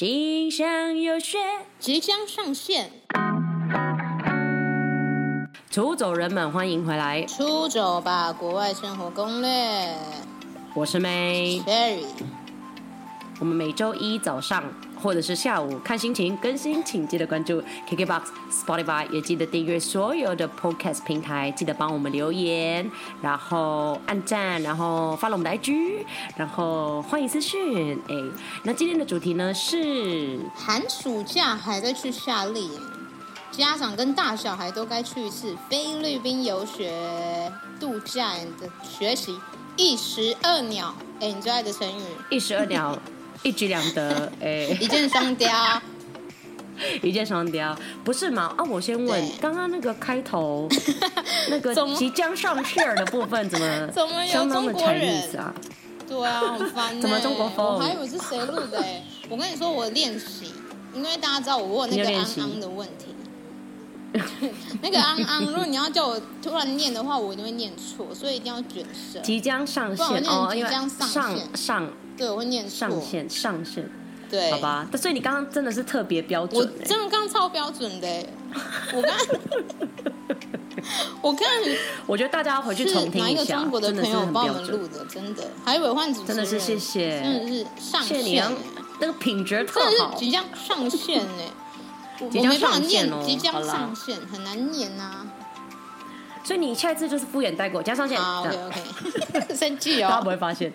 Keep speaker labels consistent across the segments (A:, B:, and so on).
A: 心上有雪，
B: 即将上线，
A: 出走人们欢迎回来，
B: 出走吧，国外生活攻略
A: 我是 May。
B: ，Sherry，
A: 我们每周一早上或者是下午看心情更新，请记得关注 KKBOX、Spotify，也记得订阅所有的 Podcast 平台，记得帮我们留言，然后按赞，然后发了我们的 IG，然后欢迎私讯。哎，那今天的主题呢是
B: 寒暑假还在去夏令营，家长跟大小孩都该去一次菲律宾游学度假的学习，一石二鸟。哎，你最爱的成语，
A: 一石二鸟，一举两得。哎。
B: 一箭双雕。
A: 一箭双雕，不是吗？啊，我先问
B: 对，
A: 刚刚那个开 头，那个
B: 怎么
A: 即将上线的部分怎么
B: 怎么有
A: 相当的
B: 中国人
A: Chinese 啊？
B: 对啊，很烦、欸。
A: 怎么中国风
B: 我还以为是谁录的、欸。我跟你说，我练习，因为大家知道我问那
A: 你
B: 个
A: 有练
B: 安
A: 习
B: 安的问题。 那个安安，如果你要叫我突然念的话，我一定会念错，所以一定要卷舌。
A: 即将上
B: 不然
A: 线
B: 我
A: 哦，
B: 念
A: 因为
B: 即将上
A: 上
B: 线
A: 上
B: 对，我会念错。
A: 上线上线，
B: 对，
A: 好。吧？但所以你刚刚真的是特别标
B: 我
A: 准欸
B: 真的刚超标准的、欸，我刚， 我看
A: 我觉得大家要回去重
B: 是
A: 听
B: 哪一个
A: 下
B: 中国，的
A: 真的
B: 朋
A: 是
B: 友
A: 很
B: 帮我
A: 标
B: 们
A: 准。
B: 录的，真的，还以为换主持人，
A: 真的是谢谢
B: 真的是上
A: 谢谢
B: 线、
A: 你啊
B: 欸。，
A: 那个品质特
B: 真的
A: 好
B: 是。即将上线 呢、我
A: 即
B: 我
A: 将
B: 没办法
A: 上线
B: 念，
A: 哦
B: 即
A: 好
B: 将
A: 啦
B: 上线很难念啊。
A: 所以你下一次就是敷衍带过，加上线，
B: 好
A: 这
B: ，OK
A: 样
B: OK，生气
A: 大家不
B: 哦。
A: 会发现。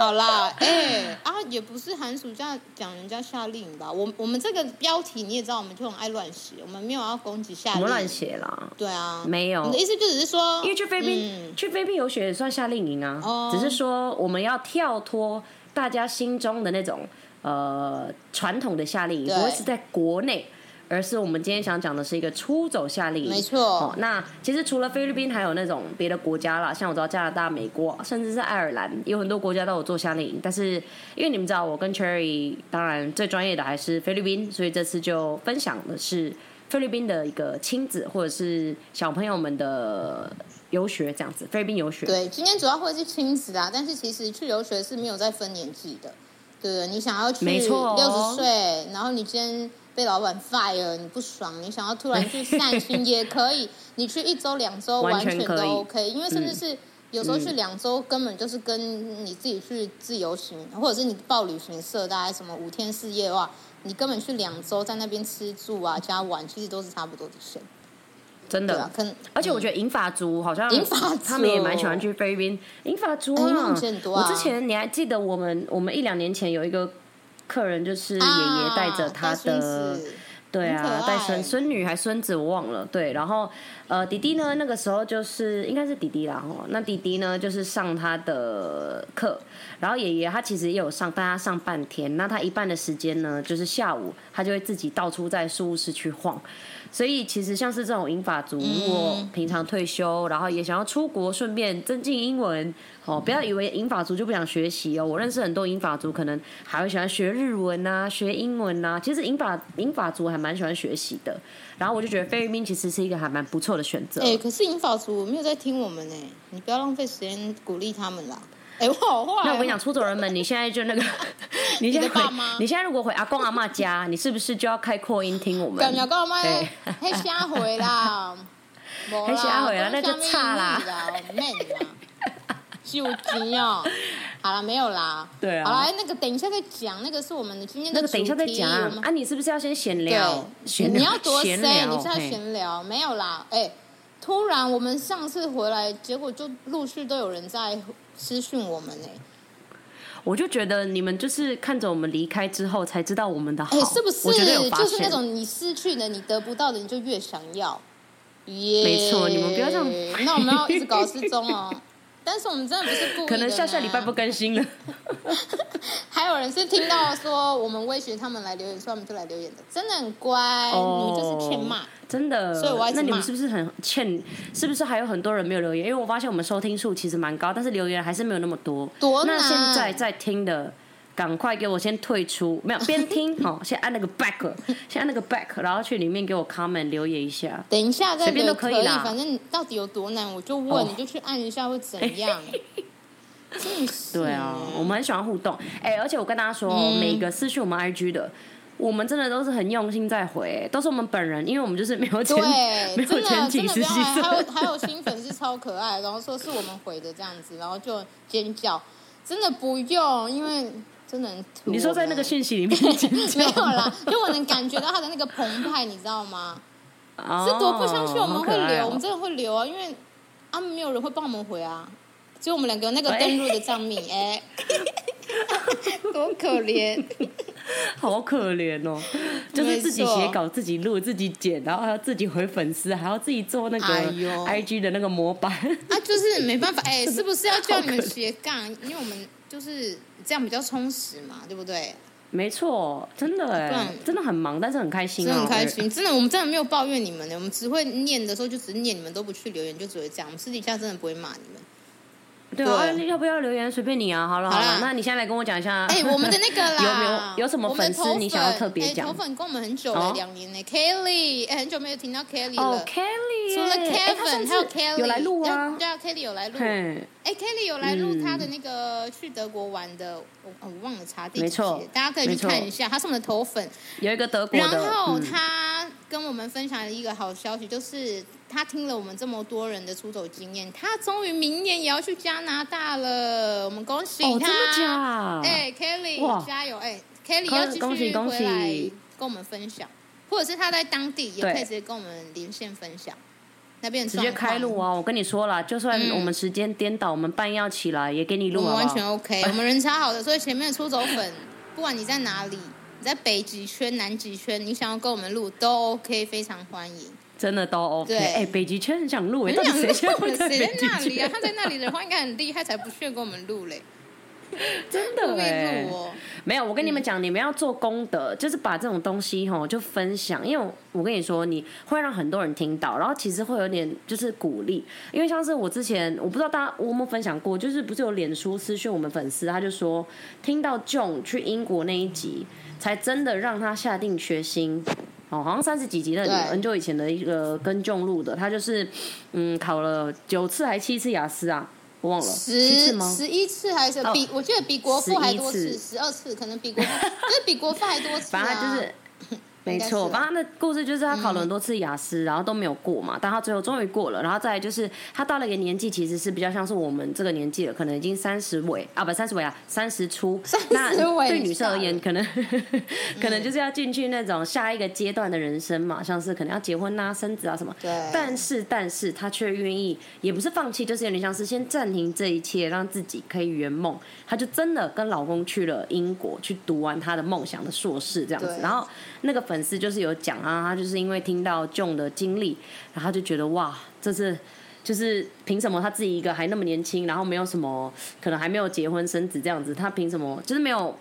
B: 好啦，哎、啊，也不是寒暑假讲人家夏令营吧？我我们这个标题你也知道，我们就很爱乱写，我们没有要攻击夏
A: 我
B: 令
A: 们
B: 营。
A: 乱写啦，
B: 对啊，
A: 没有
B: 你的意思就只是说，
A: 因为去菲律宾、
B: 嗯
A: 去菲律宾游学也算夏令营啊，
B: 哦
A: 只是说我们要跳脱大家心中的那种呃传统的夏令营，
B: 对
A: 不会是在国内。而是我们今天想讲的是一个出走夏令营，
B: 没错
A: 哦，那其实除了菲律宾，还有那种别的国家啦，像我知道加拿大、美国，甚至是爱尔兰，有很多国家都有做夏令营。但是因为你们知道，我跟 Cherry 当然最专业的还是菲律宾，所以这次就分享的是菲律宾的一个亲子或者是小朋友们的游学这样子，菲律宾游学。
B: 对，今天主要会是亲子啊，但是其实去留学是没有在分年纪的，对不对？你想要去
A: 没
B: 六
A: 错哦
B: 十岁，然后你今天被老板 fire，你不爽，你想要突然去散心也可以，你去一周两周
A: 完
B: 完
A: 全
B: 全
A: 可
B: 都
A: 以嗯
B: OK，因为甚至是。有时候去两周根本就是跟你自己去自由行，或者是你报旅行社，大概什么五天四夜的话，你根本去两周在那边吃住啊加玩，其实都是差不多的钱，
A: 真
B: 对
A: 的。
B: 啊，可能
A: 而且我觉得银发族好像
B: 银发族
A: 他们也蛮喜欢去菲律宾。银发族
B: 哎银发
A: 啊
B: 族很，多
A: 我
B: 啊
A: 之前你还记得我们我们一两年前有一个客人，就是爷爷带着他
B: 嗯啊带
A: 的
B: 孙子
A: 对
B: 很
A: 啊，
B: 可
A: 带
B: 爱
A: 孙孙女还孙子，我忘了。对，然后呃，弟弟呢，那个时候就是应该是弟弟啦吼。那弟弟呢，就是上他的课，然后爷爷他其实也有上，但他上半天，那他一半的时间呢，就是下午他就会自己到处在宿务室去晃。所以其实像是这种英法族，如果平常退休，然后也想要出国，顺便增进英文哦，不要以为英法族就不想学习哦。我认识很多英法族，可能还会喜欢学日文啊，学英文啊。其实英法英法族还蛮喜欢学习的。然后我就觉得菲律宾其实是一个还蛮不错的选择。
B: 哎、可是银发族没有在听我们呢、你不要浪费时间鼓励他们啦。哎、我好坏、
A: 那我跟你讲，，出走人们，你现在就那个， 你现在
B: 你的爸
A: 回
B: 妈
A: 你现在如果回阿公阿妈家，你是不是就要开扩音听我们？
B: 干嘛干嘛
A: 对？
B: 黑瞎回 啦，黑
A: 那瞎回啦那就差啦
B: 妹啦，救急哦！好了，没有啦。
A: 对啊
B: 好了，那个等一下再讲，那个是我们今天的
A: 那个等一下再
B: 主题
A: 讲
B: 我们
A: 啊，你是不是要先闲聊？
B: 对，
A: 闲
B: 你
A: 聊
B: 要多塞，
A: 闲
B: 你
A: 聊
B: 是要
A: 嘿
B: 闲聊，没有啦。哎、突然我们上次回来，结果就陆续都有人在私讯我们呢、
A: 我就觉得你们就是看着我们离开之后才知道我们的好，
B: 哎、是不是
A: 我觉得有发
B: 就
A: 现，
B: 是那种你失去的、你得不到的，你就越想要？耶、
A: 没错你们不要这样
B: 那我们要一直搞失踪 哦。但是我们真的不是故意的呢
A: 可能下下礼拜不，更新了。
B: 还有人是听到说我们威胁他们来留言，所以他们就来留言的，真的很乖，你们就是欠骂。
A: 真的，
B: 所以我要一直
A: 那你们
B: 骂
A: 是不是很欠？是不是还有很多人没有留言？因为我发现我们收听数其实蛮高，但是留言还是没有那么多。
B: 多
A: 那
B: 难啊
A: 现在在听的，赶快给我先退出，没有边 听哦，先按那个 back，先按那个 back，然后去里面给我 comment 留言一下。
B: 等一下再
A: 随便
B: 留
A: 都可以啦
B: 反正到底有多难，我就问，
A: 哦
B: 你就去按一下会怎样。
A: 对啊，我们很喜欢互动。哎、而且我跟大家说哦，
B: 嗯
A: 每个私讯我们 IG 的，我们真的都是很用心在回、都是我们本人，因为我们就是没有前没有
B: 对，真
A: 前
B: 的
A: 期
B: 真的不
A: 实
B: 要
A: 习
B: 还还有
A: 生。
B: 还有新粉是超可爱，然后说是我们毁的这样子，然后就尖叫，真的不用，因为真的很土
A: 你说在那个讯息里面尖叫
B: 没有啦，就我能感觉到他的那个澎湃，你知道吗？
A: 哦
B: 是多不相信我们
A: 好
B: 会
A: 可爱
B: 留，
A: 哦
B: 我们真的会留啊，因为啊没有人会帮我们回啊，只有我们两个有那个
A: 喂
B: 登录 的账密，哎、 多可怜。
A: 好可怜 哦，就是自己
B: 没错
A: 写稿、自己录、自己剪，然后还要自己回粉丝，还要自己做那个
B: 哎呦
A: IG 的那个模板。
B: 啊，就是没办法，哎、是不是要叫你们斜杠？因为我们就是这样比较充实嘛，对不对？
A: 没错，真的哎，
B: 对
A: 真的很忙，但是很开
B: 真
A: 心
B: 的
A: 啊，
B: 很开心，真的，我们真的没有抱怨你们的，我们只会念的时候就只念你们，都不去留言，就只会这样。我们私底下真的不会骂你们。
A: 对啊，
B: 对
A: 啊要不要留言随便你啊。好了
B: 好
A: 好
B: 啦
A: 了，那你现在来跟我讲一下，
B: 哎、我们的那个啦，
A: 有没有有什么
B: 我们的
A: 粉丝
B: 头
A: 你想要
B: 粉
A: 特别
B: 哎
A: 讲
B: 头粉跟我们很久了，
A: 哦
B: 两、年呢、Kelly，哎、很久没有听到 Kelly 了。
A: 哦 Kelly，耶
B: 除了
A: 哎他
B: Kevin，、
A: 上
B: 还有
A: 次
B: Kelly
A: 有来录啊
B: 对，对啊，Kelly 有来录。
A: 嘿，
B: 哎、k e l l y 有来录
A: 嗯
B: 他的那个去德国玩的，我哦我忘了查第
A: 没
B: 几集
A: 错，
B: 大家可以去
A: 没错
B: 看一下，他是我们的头粉。
A: 有一个德国
B: 然
A: 的，
B: 后
A: 嗯
B: 他跟我们分享了一个好消息，就是他听了我们这么多人的出走经验，他终于明年也要去加拿大了，我们恭喜他！
A: 哦，真的假？
B: 哎、k e l l y
A: 哇
B: 加油！哎、k e l l
A: 恭
B: y 要继
A: 恭喜
B: 续
A: 恭
B: 回来
A: 喜
B: 跟我们分享，或者是他在当地也
A: 对
B: 可以直接跟我们连线分享，那边的
A: 直接
B: 状
A: 开
B: 况
A: 录啊！我跟你说啦，就算
B: 嗯
A: 我们时间颠倒，我们半夜要起来也给你录
B: 我们
A: 啊好不好
B: 完全 OK，我们人超好的，所以前面的出走粉，不管你在哪里，你在北极圈、南极圈，你想要跟我们录都 OK，非常欢迎。
A: 真的都 OK。
B: 对
A: 哎，北极圈很想录哎，
B: 很
A: 到底
B: 想
A: 谁现在
B: 录
A: 会
B: 了，
A: 在
B: 谁
A: 北
B: 在
A: 极
B: 那里啊
A: 圈？？
B: 他在那里的话，应该很厉害，才不屑跟我们录嘞，
A: 真
B: 不
A: 的
B: 必
A: 哎
B: 录。哦。
A: 没有，我跟你们讲，你们要做功德，就是把这种东西吼就分享，因为我跟你说，你会让很多人听到，然后其实会有点就是鼓励，因为像是我之前我不知道大家我有没有分享过，就是不是有脸书私讯我们粉丝，他就说听到 John 去英国那一集，才真的让他下定决心。哦，好像三十几集那里
B: 对
A: 很久以前的一个跟 John 录的，他就是嗯考了九次还七次雅思啊，我忘了七次
B: 十
A: 吗？
B: 十一次还是
A: 哦
B: 比，我记得比国父还多
A: 11
B: 次，
A: 次
B: 十二次可能比国父，就是比国父还多次
A: 反正他
B: 啊
A: 就。 是。没
B: 应该是啊
A: 错，
B: 吧
A: 反正他的故事就是他考了很多次雅思，然后都没有过嘛，但他最后终于过了。然后再来就是他到了一个年纪，其实是比较像是我们这个年纪了，可能已经三十尾啊，不三十尾啊，三十出。那
B: 尾嗯
A: 对女生而言，
B: 吓
A: 可能 可能就是要进去那种下一个阶段的人生嘛，像是可能要结婚呐、生子啊什么。
B: 对
A: 但是，但是他却愿意，也不是放弃，就是有点像是先暂停这一切，让自己可以圆梦。她就真的跟老公去了英国，去读完她的梦想的硕士这样子。
B: 对
A: 然后那个粉丝就是有讲啊，他就是因为听到 John 的经历，然后就觉得哇，这是。就是凭什么他自己一个还那么年轻，然后没有什么可能还没有结婚生子这样子，他凭什么就是没有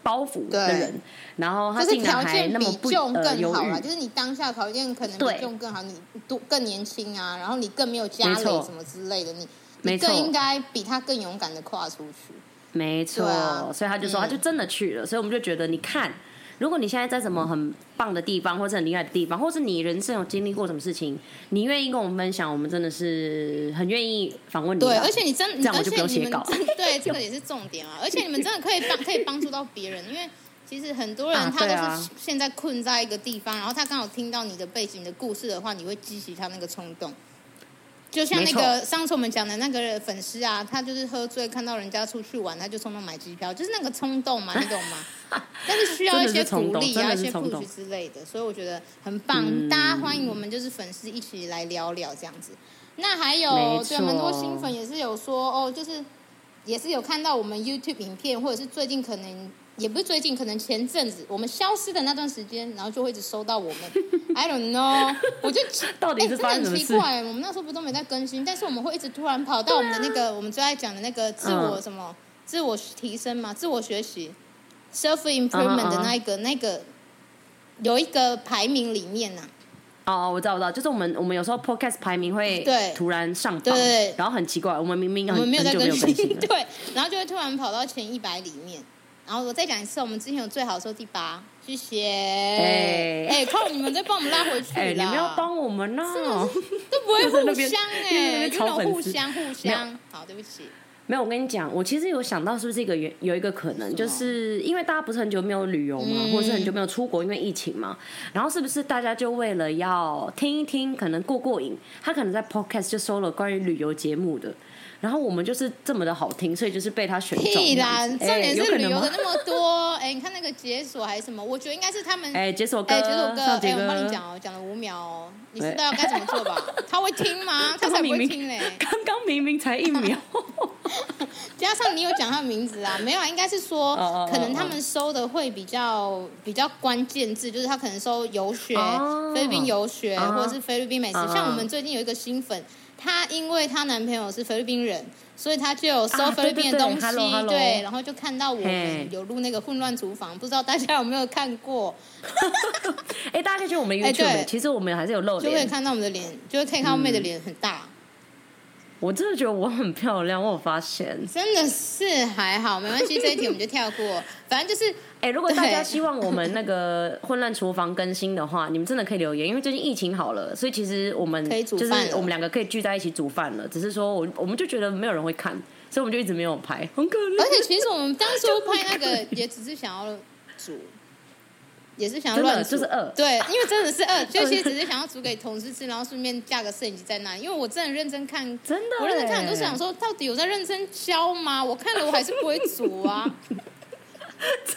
A: 包袱的
B: 对
A: 人，然后他
B: 就是
A: 竟然
B: 条
A: 还
B: 件
A: 那
B: 比
A: 么不
B: 重
A: 呃
B: 更
A: 犹
B: 好啊
A: 豫
B: 啦，，就是你当下条件可能
A: 对
B: 比重更好，你多更年轻啊，然后你更没有家
A: 没
B: 累
A: 错
B: 什么之类的，你
A: 没
B: 你更
A: 错
B: 应该比他更勇敢的跨出去。
A: 没错，
B: 对啊
A: 所以他就说
B: 嗯
A: 他就真的去了，所以我们就觉得你看，如果你现在在什么很棒的地方，或者很厉害的地方，或是你人生有经历过什么事情，你愿意跟我们分享，我们真的是很愿意访问你的。
B: 对，而且你真，
A: 这样我
B: 而
A: 就
B: 且
A: 不用
B: 你
A: 写
B: 们
A: 稿
B: 真 对这个也是重点啊！而且你们真的可以帮可以帮助到别人，因为其实很多
A: 啊
B: 人他
A: 对
B: 都
A: 啊
B: 是现在困在一个地方，然后他刚好听到你的背景的故事的话，你会激起他那个冲动。就像那
A: 没
B: 个上次我们讲的那个粉丝啊，他就是喝醉看到人家出去玩，他就冲动买机票，就是那个冲动嘛，你懂 吗？但是需要一些鼓励
A: 真
B: 啊，
A: 的
B: 一
A: 是
B: 些
A: 冲动嗯
B: push 之类的，所以我觉得很棒，大家欢迎我们就是粉丝一起来聊聊这样子。那还
A: 没
B: 有
A: 错
B: 对蛮多新粉也是有说哦，就是也是有看到我们 YouTube 影片，或者是最近可能也不是最近，可能前阵子我们消失的那段时间，然后就会一直收到我 们 I don't know，我就
A: 到底
B: 哎
A: 是
B: 真
A: 发生
B: 的
A: 什
B: 很
A: 么
B: 奇
A: 事
B: 怪，我们那时候不都没在更新，但是我们会一直突然跑到我们的那个、我们最爱讲的那个自我
A: 嗯
B: 什么、自我提升嘛，自我学习 self improvement
A: 嗯
B: 的那一个、那个有一个排名里面啊呐、
A: 哦，我知道，我知道，就是我们我们有时候 podcast 排名会
B: 对
A: 突然上榜，
B: 对对对
A: 然后很奇怪，我们明明
B: 我
A: 很
B: 们没有
A: 很
B: 在
A: 久没有
B: 更
A: 更新了，
B: 对，然后就会突然跑到前一百里面。然后我再讲一次，我们之前有最好的时候第八，谢谢。哎、靠，你们再帮我们拉回去啦！啊
A: 哎，你们要帮我们呢、
B: 都不会
A: 又在那
B: 互
A: 边
B: 相
A: 又在那
B: 哎、
A: 边
B: 就
A: 炒
B: 那种
A: 粉
B: 互
A: 丝
B: 相互
A: 没
B: 相。好，对不起，
A: 没有，我跟你讲，我其实有想到是不是一个原有一个可能，就是因为大家不是很久没有旅游嘛，或者是很久没有出国，因为疫情嘛，然后是不是大家就为了要听一听，可能过过瘾，他可能在 podcast 就搜了关于旅游节目的。然后我们就是这么的好听，所以就是被他选中。
B: 屁啦，重
A: 这样子哎
B: 点
A: 有
B: 是
A: 可
B: 旅
A: 能
B: 游
A: 吗
B: 的那么多，哎、你看那个解锁还是什么，我觉得应该是他们，
A: 哎，解锁歌，
B: 哎、解锁哥，
A: 上
B: 哎、
A: 节
B: 我帮你
A: 歌
B: 讲哦，讲了五秒哦，你知道该怎么做吧？ 他会听吗？他
A: 刚
B: 才不
A: 明
B: 会
A: 明
B: 听嘞、
A: 刚刚明明才一秒，
B: 加上你有讲他的名字 啊？没有啊，应该是说
A: 哦哦哦，
B: 可能他们搜的会比较比较关键字，就是他可能搜游学
A: 哦、
B: 菲律宾游学，
A: 啊
B: 或者是菲律宾美食。
A: 啊
B: 像我们最近有一个新粉，她因为她男朋友是菲律宾人，所以她就有搜
A: 啊
B: 菲律宾
A: 对对对
B: 的东西，
A: hello, hello
B: 对，然后就看到我们
A: 嘿
B: 有录那个混乱厨房，不知道大家有没有看过，
A: 哎，大家可以去我们
B: 哎对
A: YouTube，其实我们还是有露
B: 就会
A: 脸。
B: 看到我们的脸，就会可以看到妹的脸很大。
A: 嗯我真的觉得我很漂亮，我有发现。
B: 真的是还好，没关系，这一题我们就跳过。反正就是
A: 哎、如果大家
B: 对
A: 希望我们那个混乱厨房更新的话，你 们真的可以留言，因为最近疫情好了，所以其实我们
B: 可以煮
A: 就是
B: 饭了
A: 我们两个可以聚在一起煮饭了。只是说我我们就觉得没有人会看，所以我们就一直没有拍，很可
B: 而
A: 怜。
B: 且其实我们当初拍那个也只是想要煮，也是想要
A: 真
B: 乱
A: 的
B: 煮，
A: 就是饿
B: 对，因为真的是 饿，就其实只是想要煮给同事吃，然后顺便架个摄影机在那里。因为我真的认真看，
A: 真的
B: 我认真看，
A: 欸
B: 很多是想说到底有在认真教吗？我看了我还是不会煮 啊，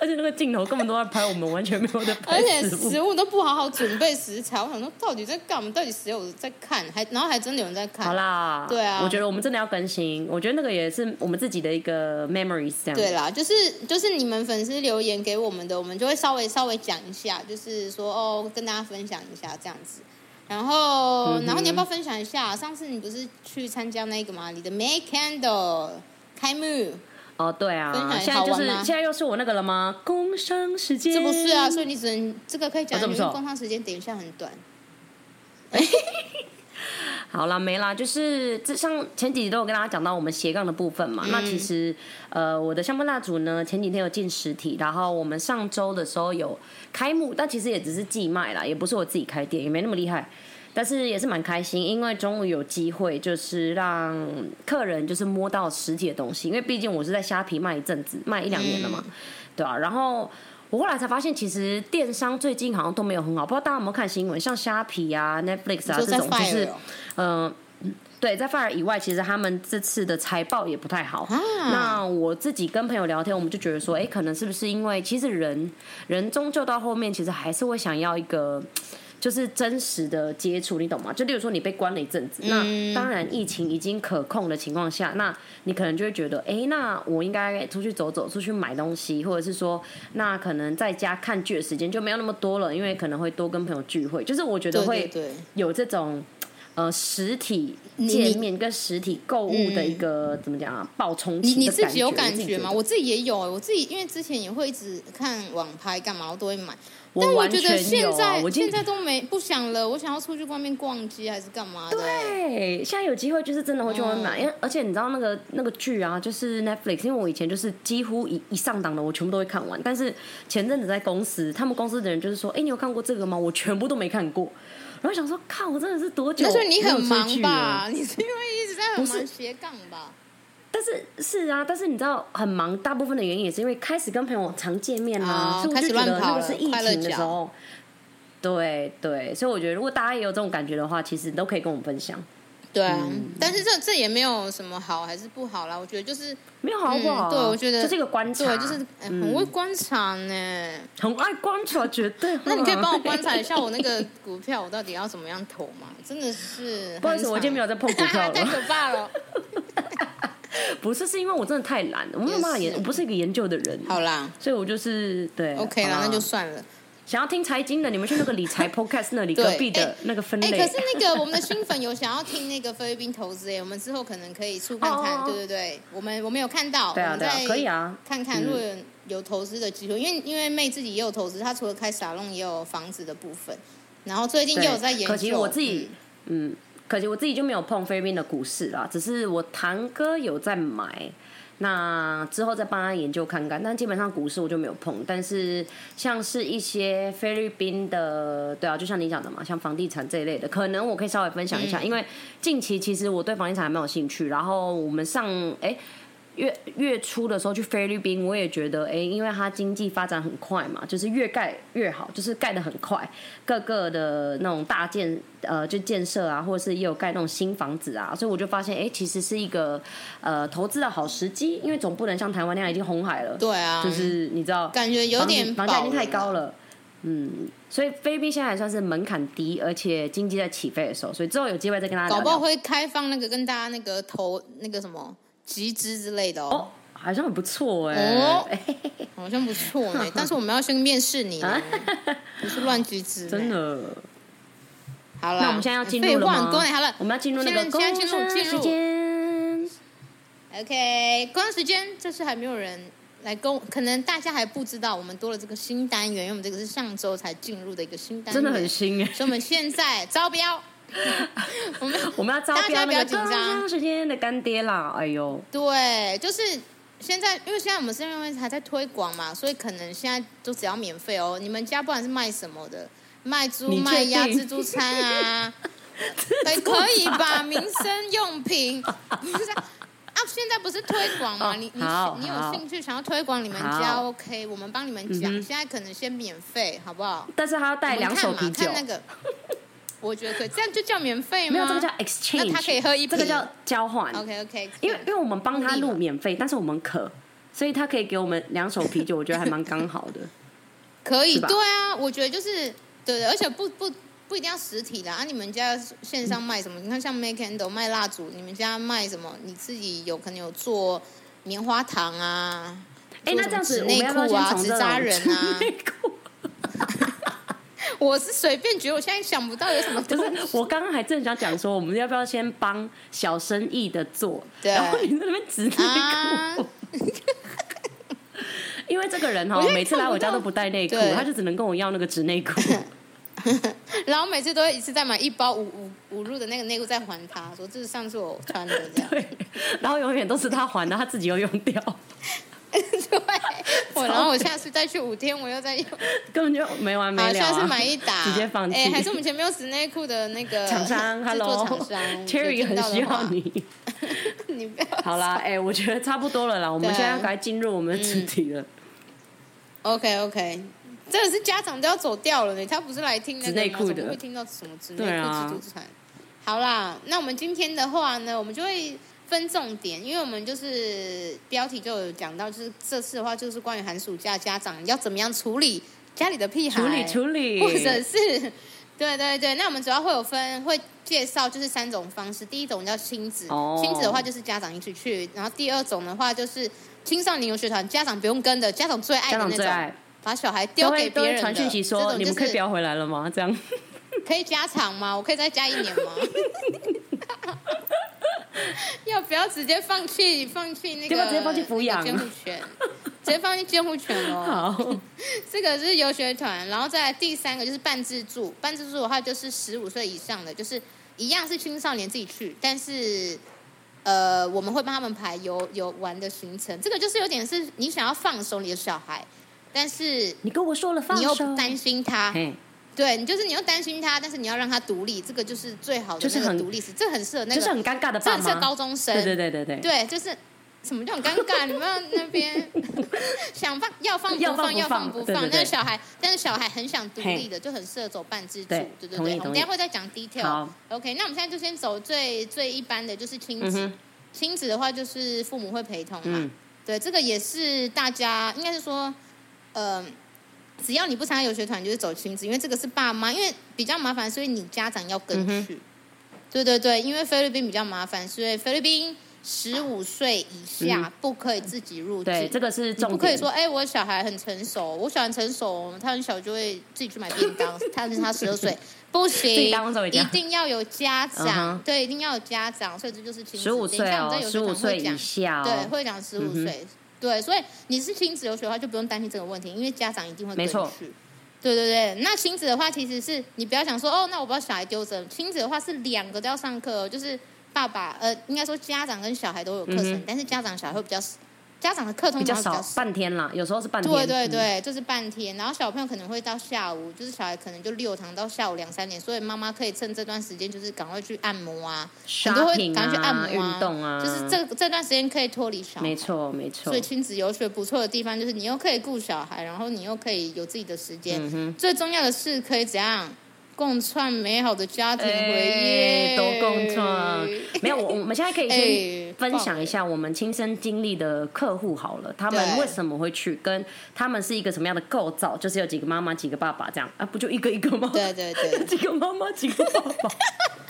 A: 而且那个镜头根本都在拍我们，完全没有在拍
B: 而且
A: 食物。
B: 食物都不好好准备食材，我想说到底在干嘛？到底谁有在看？还然后还真的有人在看，
A: 好啦，
B: 对啊
A: 我觉得我们真的要更新，我觉得那个也是我们自己的一个 memories 这样。
B: 对啦，就是就是你们粉丝留言给我们的，我们就会稍微稍微讲一下，就是说哦，跟大家分享一下这样子。然
A: 嗯
B: 后，然后你要不要分享一下？上次你不是去参加那个吗？你的 May Candle 开幕，
A: 哦，对啊
B: 分享，一下
A: 现在就
B: 好玩
A: 是
B: 吗
A: 现在又是我那个了吗？工商时间，
B: 这不是啊，所以你只能这个可以讲，
A: 哦这不
B: 因为
A: 是哦
B: 工商时间等一下很短。
A: 好啦，没啦，就是这像前几集都有跟大家讲到我们斜杠的部分
B: 嗯
A: 嘛。那其实呃，我的香氛蜡烛呢，前几天有进实体，然后我们上周的时候有开幕，但其实也只是寄卖啦，也不是我自己开店，也没那么厉害。但是也是蛮开心，因为终于有机会，就是让客人就是摸到实体的东西，因为毕竟我是在虾皮卖一阵子，卖一两年了嘛，
B: 嗯
A: 对啊，然后我后来才发现，其实电商最近好像都没有很好，不知道大家有没有看新闻，像虾皮啊、Netflix 啊
B: 就
A: 这
B: 在
A: 种，就是
B: fire 哦
A: 嗯，对，在 Fire 以外，其实他们这次的财报也不太好。
B: 啊，
A: 那我自己跟朋友聊天，我们就觉得说，哎，可能是不是因为其实人人终究到后面，其实还是会想要一个。就是真实的接触，你懂吗？就例如说你被关了一阵子，
B: 嗯
A: 那当然疫情已经可控的情况下，那你可能就会觉得，哎、那我应该出去走走，出去买东西，或者是说，那可能在家看剧的时间就没有那么多了，因为可能会多跟朋友聚会。就是我觉得
B: 对
A: 会
B: 对对，
A: 有这种呃实体
B: 你
A: 见面跟实体购物的一个、怎么讲啊爆冲
B: 你
A: 期
B: 你
A: 的
B: 自己有
A: 我
B: 感
A: 自
B: 觉
A: 觉
B: 吗？
A: 得
B: 我自己也有、我自己因为之前也会一直看网拍干嘛，我都会买。
A: 我
B: 但我
A: 完
B: 觉得
A: 全
B: 现
A: 有啊
B: 在、
A: 我今
B: 现在都没不想了，我想要出去外面逛街还是干嘛的？
A: 对，现在有机会就是真的会去外面
B: 嗯
A: 买，因为而且你知道那个那个剧啊，就是 Netflix，因为我以前就是几乎一一上档的我全部都会看完，但是前阵子在公司，他们公司的人就是说，哎、你有看过这个吗？我全部都没看过，然后想说，靠，我真的是多久？
B: 那所以你很忙？吧？你是因为一直在很
A: 不
B: 忙
A: 是
B: 斜杠吧？
A: 但是是啊，但是你知道很忙，大部分的原因也是因为开始跟朋友常见面啦、
B: 哦
A: 所以我
B: 开
A: 就
B: 始
A: 觉
B: 乱
A: 得
B: 跑
A: 那个
B: 了
A: 是疫
B: 快乐
A: 情的
B: 角
A: 时候，对对，所以我觉得如果大家也有这种感觉的话，其实都可以跟我们分享，
B: 对啊，但是这这也没有什么好还是不好啦。我觉得就是
A: 没有好不好啊、
B: 嗯对我觉得
A: 这是一个观察，嗯
B: 对，就是、哎很会观察呢。
A: 很爱观察，绝对。啊
B: 那你可以帮我观察一下我那个股票，我到底要怎么样投吗？真的是很惨，
A: 不好意思我今天没有在碰股票了
B: 太可怕了。
A: 不是，是因为我真的太懒了，我没有办法
B: 也
A: 研，
B: 是
A: 我不是一个研究的人，
B: 好啦
A: 所以我就是对。啊
B: ，OK 啦，
A: 好
B: 那就算了。
A: 想要听财经的，你们去那个理 财 podcast 那里
B: 对
A: 隔壁
B: 哎
A: 的那个分
B: 哎、
A: 类。
B: 可是那个我们的新粉有想要听那个菲律宾投资哎、我们之后可能可以出看看，
A: 哦
B: 对对对，我们我们有看到，
A: 对啊
B: 我们
A: 对啊
B: 再
A: 可以啊
B: 看看如果有有投资的机会，因为因为妹自己也有投资，她除了开沙龙也有房子的部分，然后最近
A: 对
B: 也有在研究，嗯
A: 可惜我自己，嗯嗯，可惜我自己就没有碰菲律宾的股市啦，只是我堂哥有在买。那之后再帮他研究看看。但基本上股市我就没有碰，但是像是一些菲律宾的，对啊，就像你讲的嘛，像房地产这一类的，可能我可以稍微分享一下，
B: 嗯
A: 因为近期其实我对房地产还蛮有兴趣。然后我们上哎。月月初的时候去菲律宾，我也觉得，哎、因为它经济发展很快嘛，就是越盖越好，就是盖得很快，各个的那种大建呃就建设啊，或者是也有盖那种新房子啊，所以我就发现，哎、其实是一个呃投资的好时机，因为总不能像台湾那样已经红海了，
B: 对啊，
A: 就是你知道
B: 感觉有
A: 房子
B: 点
A: 房价已
B: 饱
A: 经太
B: 了
A: 高了。嗯，所以菲律宾现在还算是门槛低，而且经济在起飞的时候，所以之后有机会再跟大家
B: 搞
A: 聊
B: 不好
A: 聊。
B: 会开放那个跟大家那个投那个什么集资之类的
A: 哦
B: 哦，，
A: 好像很不错哎、
B: 哦好像不错呢、 但是我们要先面试你、哦，不是乱集资、
A: 啊真。的。
B: 好了，
A: 那我们现在要进入
B: 废
A: 了
B: 话
A: 吗？
B: 很多呢好了，
A: 我们要进入那个
B: 现在
A: 工
B: 现在进
A: 商
B: 入进
A: 时
B: 入
A: 间。
B: OK，光时间这次还没有人来跟我，可能大家还不知道我们多了这个新单元，因为我们这个是上周才进入的一个新单元，
A: 真的很新 哎
B: 所以我们现在招标，我们
A: 我们要招标
B: 大家不
A: 那
B: 要
A: 个
B: 紧张
A: 工商时间的干爹啦！哎呦，
B: 对，就是现在，因为现在我们是因为还在推广嘛，所以可能现在都只要免费哦。你们家不管是卖什么的，卖猪、
A: 你确
B: 卖鸭、
A: 定
B: 自助餐 啊，对，可以吧？民生用品，不是啊？啊现在不是推广嘛？
A: 哦
B: 你你
A: 好
B: 你有
A: 好
B: 兴趣想要推广你们家
A: 好
B: ？OK，我们帮你们讲。
A: 嗯哼
B: 现在可能先免费，好不好？
A: 但是他要带
B: 我们
A: 两
B: 看
A: 手
B: 嘛
A: 啤酒
B: 看，那个，我觉得可以，这样就叫免费吗？
A: 没有这个叫 exchange，
B: 那他可以喝一
A: 这个
B: 瓶
A: 叫交换。
B: OK OK，
A: 因为因为我们帮他
B: 目的
A: 录
B: 嘛
A: 免费，但是我们渴，所以他可以给我们两手啤酒，我觉得还蛮刚好的。
B: 可以，
A: 是吧
B: 对啊，我觉得就是对对，而且不不不一定要实体的啊。你们家线上卖什么？你看像 Make and Do 卖蜡烛，你们家卖什么？你自己有可能有做棉花糖啊，
A: 哎，那这样子
B: 做
A: 我们
B: 什么纸内
A: 要不要
B: 裤
A: 先
B: 啊、
A: 从
B: 纸
A: 这
B: 扎人
A: 种
B: 啊
A: 纸？内裤？
B: 我是随便觉得，我现在想不到有什么
A: 不
B: 东 西。
A: 是，我刚刚还正想讲说，我们要不要先帮小生意的做？
B: 对
A: 然后你在那边指内
B: 啊
A: 裤，因为这个人
B: 我
A: 哈，
B: 现在
A: 每次来我家
B: 看不到
A: 都不带内裤
B: 对，
A: 他就只能跟我要那个纸内 裤。
B: 然后每次都会一次再买一包五五五入的那个内裤再还他，说这是上次我穿的这样。
A: 对，然后永远都是他还的，他自己又用掉，
B: 对，我然后我下次再去五天，我又再用。
A: 根本就没完没
B: 好，
A: 了啊。
B: 下次买一打，
A: 直接放弃
B: 哎、还是我们前面有纸内裤的那 个
A: 厂商
B: 制
A: ，Hello，
B: 作厂商
A: Cherry
B: 有听
A: 很
B: 到的
A: 需要
B: 话，
A: 你。
B: 你不要。
A: 好啦，哎，我觉得差不多了啦，我们
B: 对嗯
A: 现在要赶快进入我们的主题了。
B: OK OK，这个是家长都要走掉了呢，他不是来听那个
A: 纸内裤的
B: 吗怎么会听到什么纸内
A: 对
B: 裤
A: 啊
B: 制度产。好啦，那我们今天的话呢，我们就会分重点，因为我们就是标题就有讲到，就是这次的话就是关于寒暑假家长要怎么样处理家里的屁孩，
A: 处理处理，
B: 或者是，对对对，那我们主要会有分，会介绍就是三种方式。第一种叫亲子，
A: 哦
B: 亲子的话就是家长一起去；然后第二种的话就是青少年游学团，家长不用跟的，家长最爱
A: 家
B: 的
A: 长
B: 那
A: 最
B: 种，
A: 爱。
B: 把小孩
A: 都
B: 丢
A: 会
B: 给
A: 都
B: 别人
A: 会
B: 的。
A: 传讯息
B: 这
A: 说
B: 种
A: 你们可以不
B: 就是
A: 要回来了吗？ 这样
B: 可以加长吗？我可以再加一年吗？ 要不要直接放弃放弃那个？
A: 要不要直接放弃抚养
B: 那个监护权？直接放弃监护权 哦。
A: 好，
B: 这个是游学团，然后再来第三个就是半自助，半自助的话就是十五岁以上的，就是一样是青少年自己去，但是呃，我们会帮他们排游游玩的行程。这个就是有点是你想要放手你的小孩，但是
A: 你跟我说了放
B: 你又
A: 手
B: 不，担心啊他，
A: 嘿，
B: 对你就是你又担心他，但是你要让他独立，这个就是最好的
A: 就是
B: 那个
A: 很
B: 独立是，这很适合那
A: 就是
B: 个，
A: 很尴尬的
B: 这
A: 爸
B: 很适合
A: 妈
B: 高，中生，
A: 对对对对对，
B: 对，就是什么叫很尴尬？你们那边 想放要放不
A: 要放
B: 放
A: 不
B: 要放
A: 放
B: 不
A: 对
B: 放，
A: 对
B: 那个
A: 对
B: 小孩，但是小孩很想独立
A: 嘿
B: 的，就很适合走半自助，对
A: 对
B: 对对。我
A: 同意
B: 们等
A: 同
B: 一下
A: 意
B: 会再讲 detail
A: 好。
B: OK，那我们现在就先走最最一般的，就是亲
A: 嗯
B: 子。
A: 哼，
B: 亲子的话就是父母会陪同嘛，
A: 嗯，
B: 对，这个也是大家应该是说，呃，只要你不参加游学团，你就是走亲子，因为这个是爸妈，因为比较麻烦，所以你家长要跟
A: 嗯
B: 去。对对对，因为菲律宾比较麻烦，所以菲律宾十五岁以下不可啊以自己入
A: 嗯
B: 境。
A: 对，这个是
B: 你不
A: 重
B: 可以
A: 点
B: 说，。哎、我小孩很成熟，我小孩很成熟，他很小就会自己去买便当，他他十二岁，不
A: 自己
B: 行
A: 当中，回家
B: 哎一定要有家长
A: 嗯哼
B: 对，一定要有家长，所以这就是亲子。
A: 十五
B: 等一
A: 岁
B: 下我
A: 哦
B: 们在，游学
A: 十
B: 团
A: 五
B: 会
A: 岁
B: 讲
A: 以下
B: 对，
A: 哦，
B: 会长十五
A: 嗯哼
B: 岁。对，所以你是亲子游学的话，就不用担心这个问题，因为家长一定会跟
A: 没错
B: 去。对对对，那亲子的话，其实是你不要想说哦，那我把小孩丢着。亲子的话是两个都要上课、哦，就是爸爸呃，应该说家长跟小孩都有课
A: 嗯
B: 程，
A: 哼
B: 但是家长小孩会比较家长的课通
A: 比较
B: 常会比较
A: 少，半天啦，有时候是半天。
B: 对对
A: 嗯，
B: 对，就是半天，然后小朋友可能会到下午，就是小孩可能就六堂到下午两三点，所以妈妈可以趁这段时间就是赶快去按摩啊，很多会
A: 嗯 shopping
B: 赶快去按
A: 啊，
B: 摩
A: 运动啊，
B: 就是这这段时间可以脱离小孩
A: 没。错没错
B: 所以。亲子游学不错的地方就是你又可以顾小孩，然后你又可以有自己的时间，
A: 嗯哼，
B: 最重要的是可以怎样共创美好的家庭回
A: 哎
B: 忆，
A: 多共创。没有，我我们现在可以先
B: 哎，
A: 分享一
B: 棒
A: 下我们亲身经历的客户好了，他们
B: 对
A: 为什么会去，跟他们是一个什么样的构造，就是有几个妈妈，几个爸爸这样啊，不就一个一个吗？
B: 对 对对
A: 几个妈妈，几个爸爸。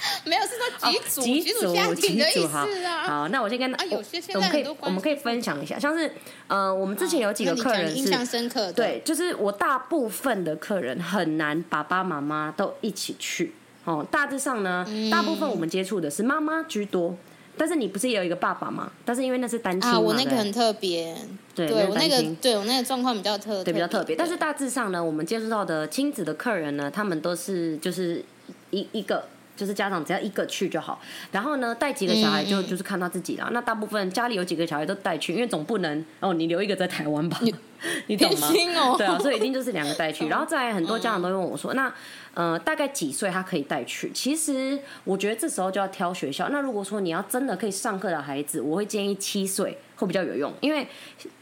B: 哎，没有是说几组、
A: 哦几
B: 几组家庭的意
A: 组哈
B: 思啊。
A: 好，那我先跟
B: 啊有些现在
A: 我们可
B: 很
A: 以
B: 多
A: 我
B: 关系啊
A: 们可以分享一下，像是呃，我们之前有几
B: 那
A: 个
B: 你
A: 客
B: 讲
A: 人
B: 你印
A: 是。
B: 象深刻的，
A: 对，就是我大部分的客人很难爸爸妈妈都一起去哦。大致上呢，大部分
B: 嗯
A: 我们接触的是妈妈居多，但是你不是也有一个爸爸吗？但是因为那是单亲嘛，
B: 啊，我那个
A: 对
B: 很特别，
A: 对
B: 对
A: 那个
B: 我那
A: 单
B: 个
A: 亲，
B: 对我那个状况比较特，
A: 对比较特别。但是
B: 对
A: 大致上呢，我们接触到的亲子的客人呢，他们都是就是一一个。就是家长只要一个去就好，然后呢带几个小孩就、
B: 嗯嗯
A: 就是看到自己啦。那大部分家里有几个小孩都带去，因为总不能哦你留一个在台湾吧，你懂吗？
B: 偏心哦
A: 对啊，所以一定就是两个带 去。然后再来很多家长都会问我说，那呃大概几岁他可以带去？其实我觉得这时候就要挑学校。那如果说你要真的可以上课的孩子，我会建议七岁会比较有用，因为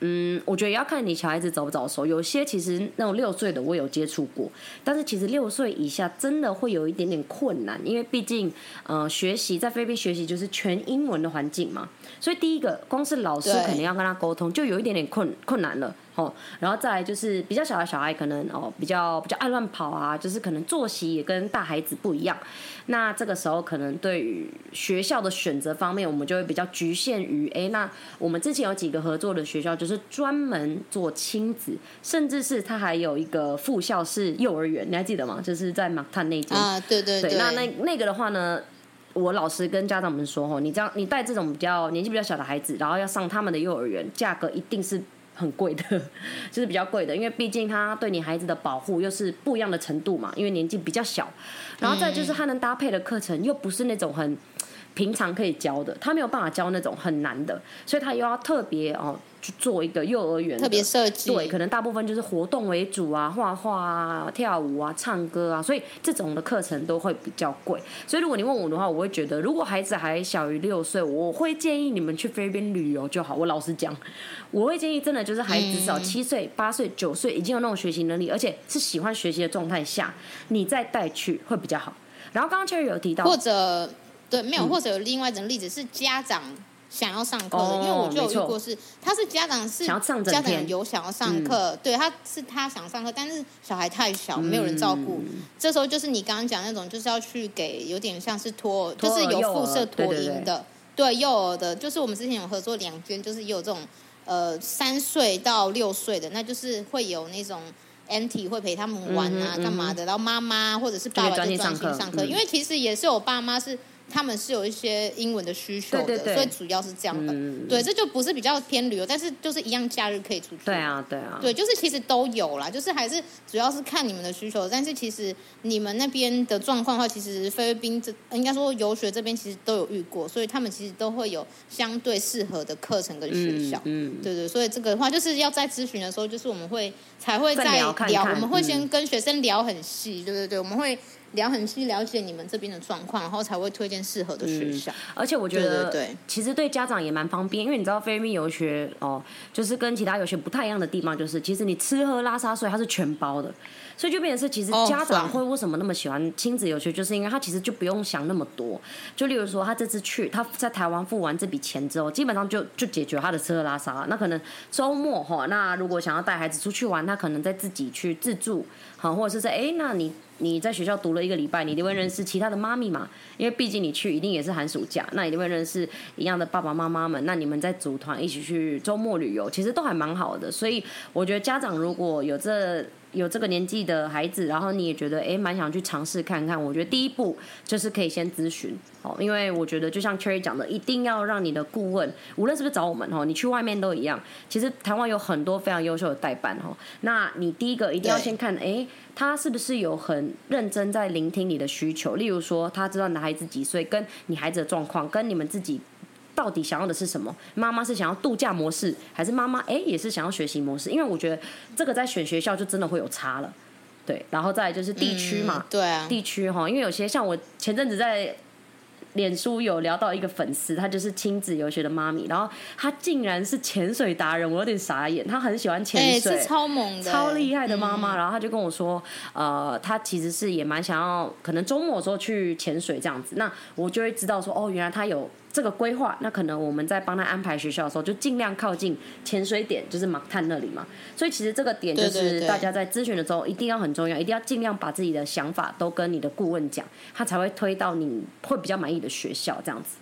A: 嗯，我觉得也要看你小孩子早不早熟。有些其实那种六岁的我有接触过，但是其实六岁以下真的会有一点点困难，因为毕竟呃学习在菲律宾学习就是全英文的环境嘛，所以第一个光是老师
B: 对
A: 可能要跟他沟通，就有一点点困困难了。哦，然后再来就是比较小的小孩，可能哦比较比较爱乱跑啊，就是可能作息也跟大孩子不一样。那这个时候可能对于学校的选择方面，我们就会比较局限于，哎，那我们之前有几个合作的学校，就是专门做亲子，甚至是它还有一个副校是幼儿园，你还记得吗？就是在马探那间。
B: 啊，对对
A: 对，
B: 对，
A: 那那那个的话呢，我老师跟家长们说吼，你这样你带这种比较年纪比较小的孩子，然后要上他们的幼儿园，价格一定是。很贵的， 就是比较贵的，因为毕竟他对你孩子的保护又是不一样的程度嘛，因为年纪比较小，然后再
B: 嗯
A: 就是他能搭配的课程又不是那种很平常可以教的，他没有办法教那种很难的，所以他又要特别哦去做一个幼儿园的
B: 特别设计，
A: 对，可能大部分就是活动为主啊，画画啊、跳舞啊、唱歌啊，所以这种的课程都会比较贵。所以如果你问我的话，我会觉得，如果孩子还小于六岁，我会建议你们去菲律宾旅游就好。我老实讲，我会建议真的就是孩子至
B: 嗯
A: 少七岁、八岁、九岁已经有那种学习能力，而且是喜欢学习的状态下，你再带去会比较好。然后刚刚 Cherry 有提到，嗯
B: 或者对，没有，或者有另外一种例子是家长想要上课的，
A: 哦
B: 因为我就有
A: 没错
B: 遇过是，他是家长是
A: 想要上整嗯
B: 家
A: 天
B: 长有想要上课，对，他是他想上课，但是小孩太
A: 嗯
B: 小，没有人照顾，这时候就是你刚刚讲那种，就是要去给有点像是托，
A: 托
B: 就
A: 儿
B: 是有附
A: 幼儿
B: 设托
A: 对对对
B: 婴的，对幼儿的，就是我们之前有合作两间，就是也有这种呃三岁到六岁的，那就是会有那种。Auntie 会陪他们玩
A: 嗯
B: 啊，
A: 哼嗯哼
B: 干嘛的？然后妈妈或者是
A: 就可
B: 爸
A: 以
B: 爸就
A: 专心
B: 专
A: 上
B: 心
A: 课
B: 上课，
A: 嗯
B: 因为其实也是有爸妈是他们是有一些英文的需求的，
A: 对对对
B: 所以主要是这样的。
A: 嗯
B: 对，这就不是比较偏旅游，但是就是一样假日可以出去。
A: 对啊，对啊，
B: 对，就是其实都有啦，就是还是主要是看你们的需求，但是其实你们那边的状况的话，其实菲律宾这应该说游学这边其实都有遇过，所以他们其实都会有相对适合的课程跟学
A: 嗯
B: 校。
A: 嗯，
B: 对对，所以这个的话就是要在咨询的时候，就是我们会才会
A: 再
B: 在
A: 聊看看
B: 我们会
A: 嗯
B: 先跟学生聊很细，对对对，我们会聊很细，了解你们这边的状况，然后才会推荐适合的学校。
A: 嗯而且我觉
B: 对对
A: 得
B: 对，
A: 其实对家长也蛮方便，因为你知道菲律宾游学哦，就是跟其他游学不太一样的地方，就是其实你吃喝拉撒睡它是全包的，所以就变成是其实
B: 哦
A: 家长
B: 爽
A: 会为什么那么喜欢亲子游学，就是因为他其实就不用想那么多。就例如说，他这次去他在台湾付完这笔钱之后，基本上就就解决他的吃喝拉撒了。那可能周末哈，那如果想要带孩子出去玩，他可能再自己去自助，好，或者是在哎，那你你在学校读了一个礼拜，你一定会认识其他的妈咪嘛？因为毕竟你去一定也是寒暑假，那一定会认识一样的爸爸妈妈们。那你们在组团一起去周末旅游，其实都还蛮好的。所以我觉得家长如果有这有这个年纪的孩子，然后你也觉得哎蛮想去尝试看看，我觉得第一步就是可以先咨询哦，因为我觉得就像 Cherry 讲的，一定要让你的顾问，无论是不是找我们哦，你去外面都一样。其实台湾有很多非常优秀的代办哦，那你第一个一定要
B: 对
A: 先看哎。他是不是有很认真在聆听你的需求？例如说，他知道你的孩子几岁，跟你孩子的状况，跟你们自己到底想要的是什么？妈妈是想要度假模式，还是妈妈哎也是想要学习模式？因为我觉得这个在选学校就真的会有差了。对，然后再来就是地区嘛，
B: 对啊，
A: 地区哈，因为有些像我前阵子在脸书有聊到一个粉丝，她就是亲子游学的妈咪，然后她竟然是潜水达人，我有点傻眼，她很喜欢
B: 哎、
A: 潜水，
B: 是超猛的，
A: 超厉害的妈
B: 嗯
A: 妈，然后她就跟我说，呃，她其实是也蛮想要，可能周末的时候去潜水这样子。那我就会知道说，哦，原来她有这个规划。那可能我们在帮她安排学校的时候，就尽量靠近潜水点，就是马探那里嘛。所以其实这个点就
B: 对对
A: 是
B: 对
A: 大家在咨询的时候一定要很重要，一定要尽量把自己的想法都跟你的顾问讲，他才会推到你会比较满意的学校这样子。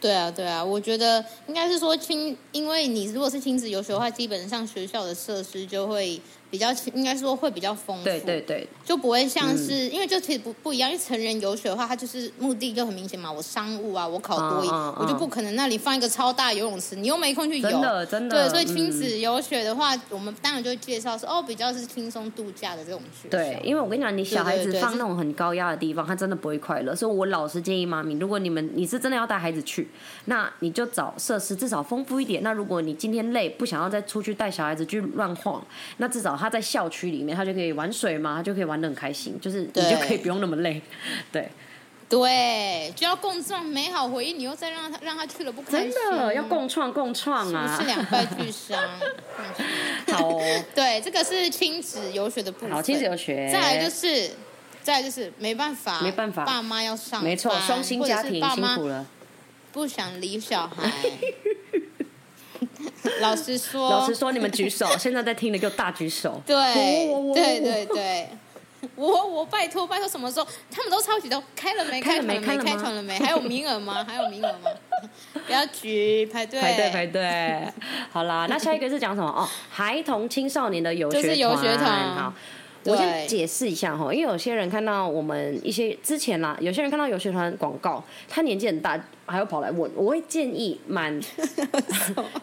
B: 对啊，对啊，我觉得应该是说亲，因为你如果是亲子游学的话，基本上学校的设施就会比较，应该说会比较丰富，
A: 对对对，
B: 就不会像
A: 嗯
B: 是、因为就其实不不一样，因为成人游学的话，它就是目的就很明显嘛，我商务啊，我考多一，
A: 嗯嗯
B: 我就
A: 嗯
B: 不可能那里放一个超大游泳池，你又没空去游，
A: 真的真的，
B: 对，所以亲
A: 嗯
B: 子游学的话，我们当然就会介绍说哦，比较是轻松度假的这种学校，
A: 对，因为我跟你讲，你小孩子
B: 对对
A: 放那种很高压的地方，他真的不会快乐。所以我老是建议妈咪，如果你们你是真的要带孩子去，那你就找设施至少丰富一点。那如果你今天累，不想要再出去带小孩子去乱晃，那至少他在校区里面，他就可以玩水嘛，他就可以玩的很开心，就是你
B: 对
A: 就可以不用那么累。对，
B: 对，就要共创美好回忆，你又再让他让他去了不开
A: 真
B: 心，
A: 的要共创共创
B: 不
A: 啊
B: 是！两败 俱伤。嗯
A: 好哦，
B: 对，这个是亲子游学的部 分。
A: 好，亲子游学，
B: 再来就是，再来就是没办法，
A: 没办法
B: 爸妈要上班，
A: 没错，双薪家庭
B: 或者是爸
A: 辛
B: 妈
A: 苦了。
B: 不想理 小孩。老实说，
A: 老实说，你们举手， 现在在听的给我大举手。
B: 对
A: 我我我
B: 对对对，我我拜托拜托，什么时候他们都超级都开了没？
A: 开了
B: 团
A: 没
B: 了没？
A: 开了
B: 开
A: 吗
B: 团了没？还有名 额吗？还有名额吗？不要举排队
A: 排队排 队，好啦，那下一个是讲什么？哦，孩童青少年的游学
B: 就是游学团
A: 好，
B: 对
A: 我先解释一下哈，因为有些人看到我们一些之前啦，有些人看到游学团广告，他年纪很大，还会跑来问，我会建议 满，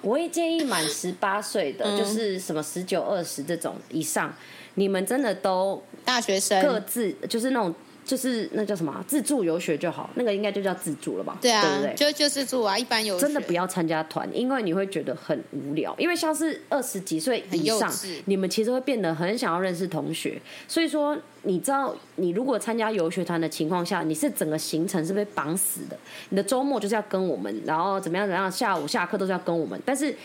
A: 我会建议满十八岁的，
B: 嗯
A: 就是什么十九、二十这种以上，你们真的都
B: 大学
A: 各
B: 生。
A: 自就是那种。就是那叫什么啊自助游学就好，那个应该就叫自助了吧？
B: 对啊，
A: 对不对？
B: 就就是住啊，一般有
A: 真的不要参加团，因为你会觉得很无聊。因为像是二十几岁以上
B: 很幼稚，
A: 你们其实会变得很想要认识同学。所以说，你知道，你如果参加游学团的情况下，你是整个行程是被绑死的。你的周末就是要跟我们，然后怎么样怎么样，下午下课都是要跟我们。但是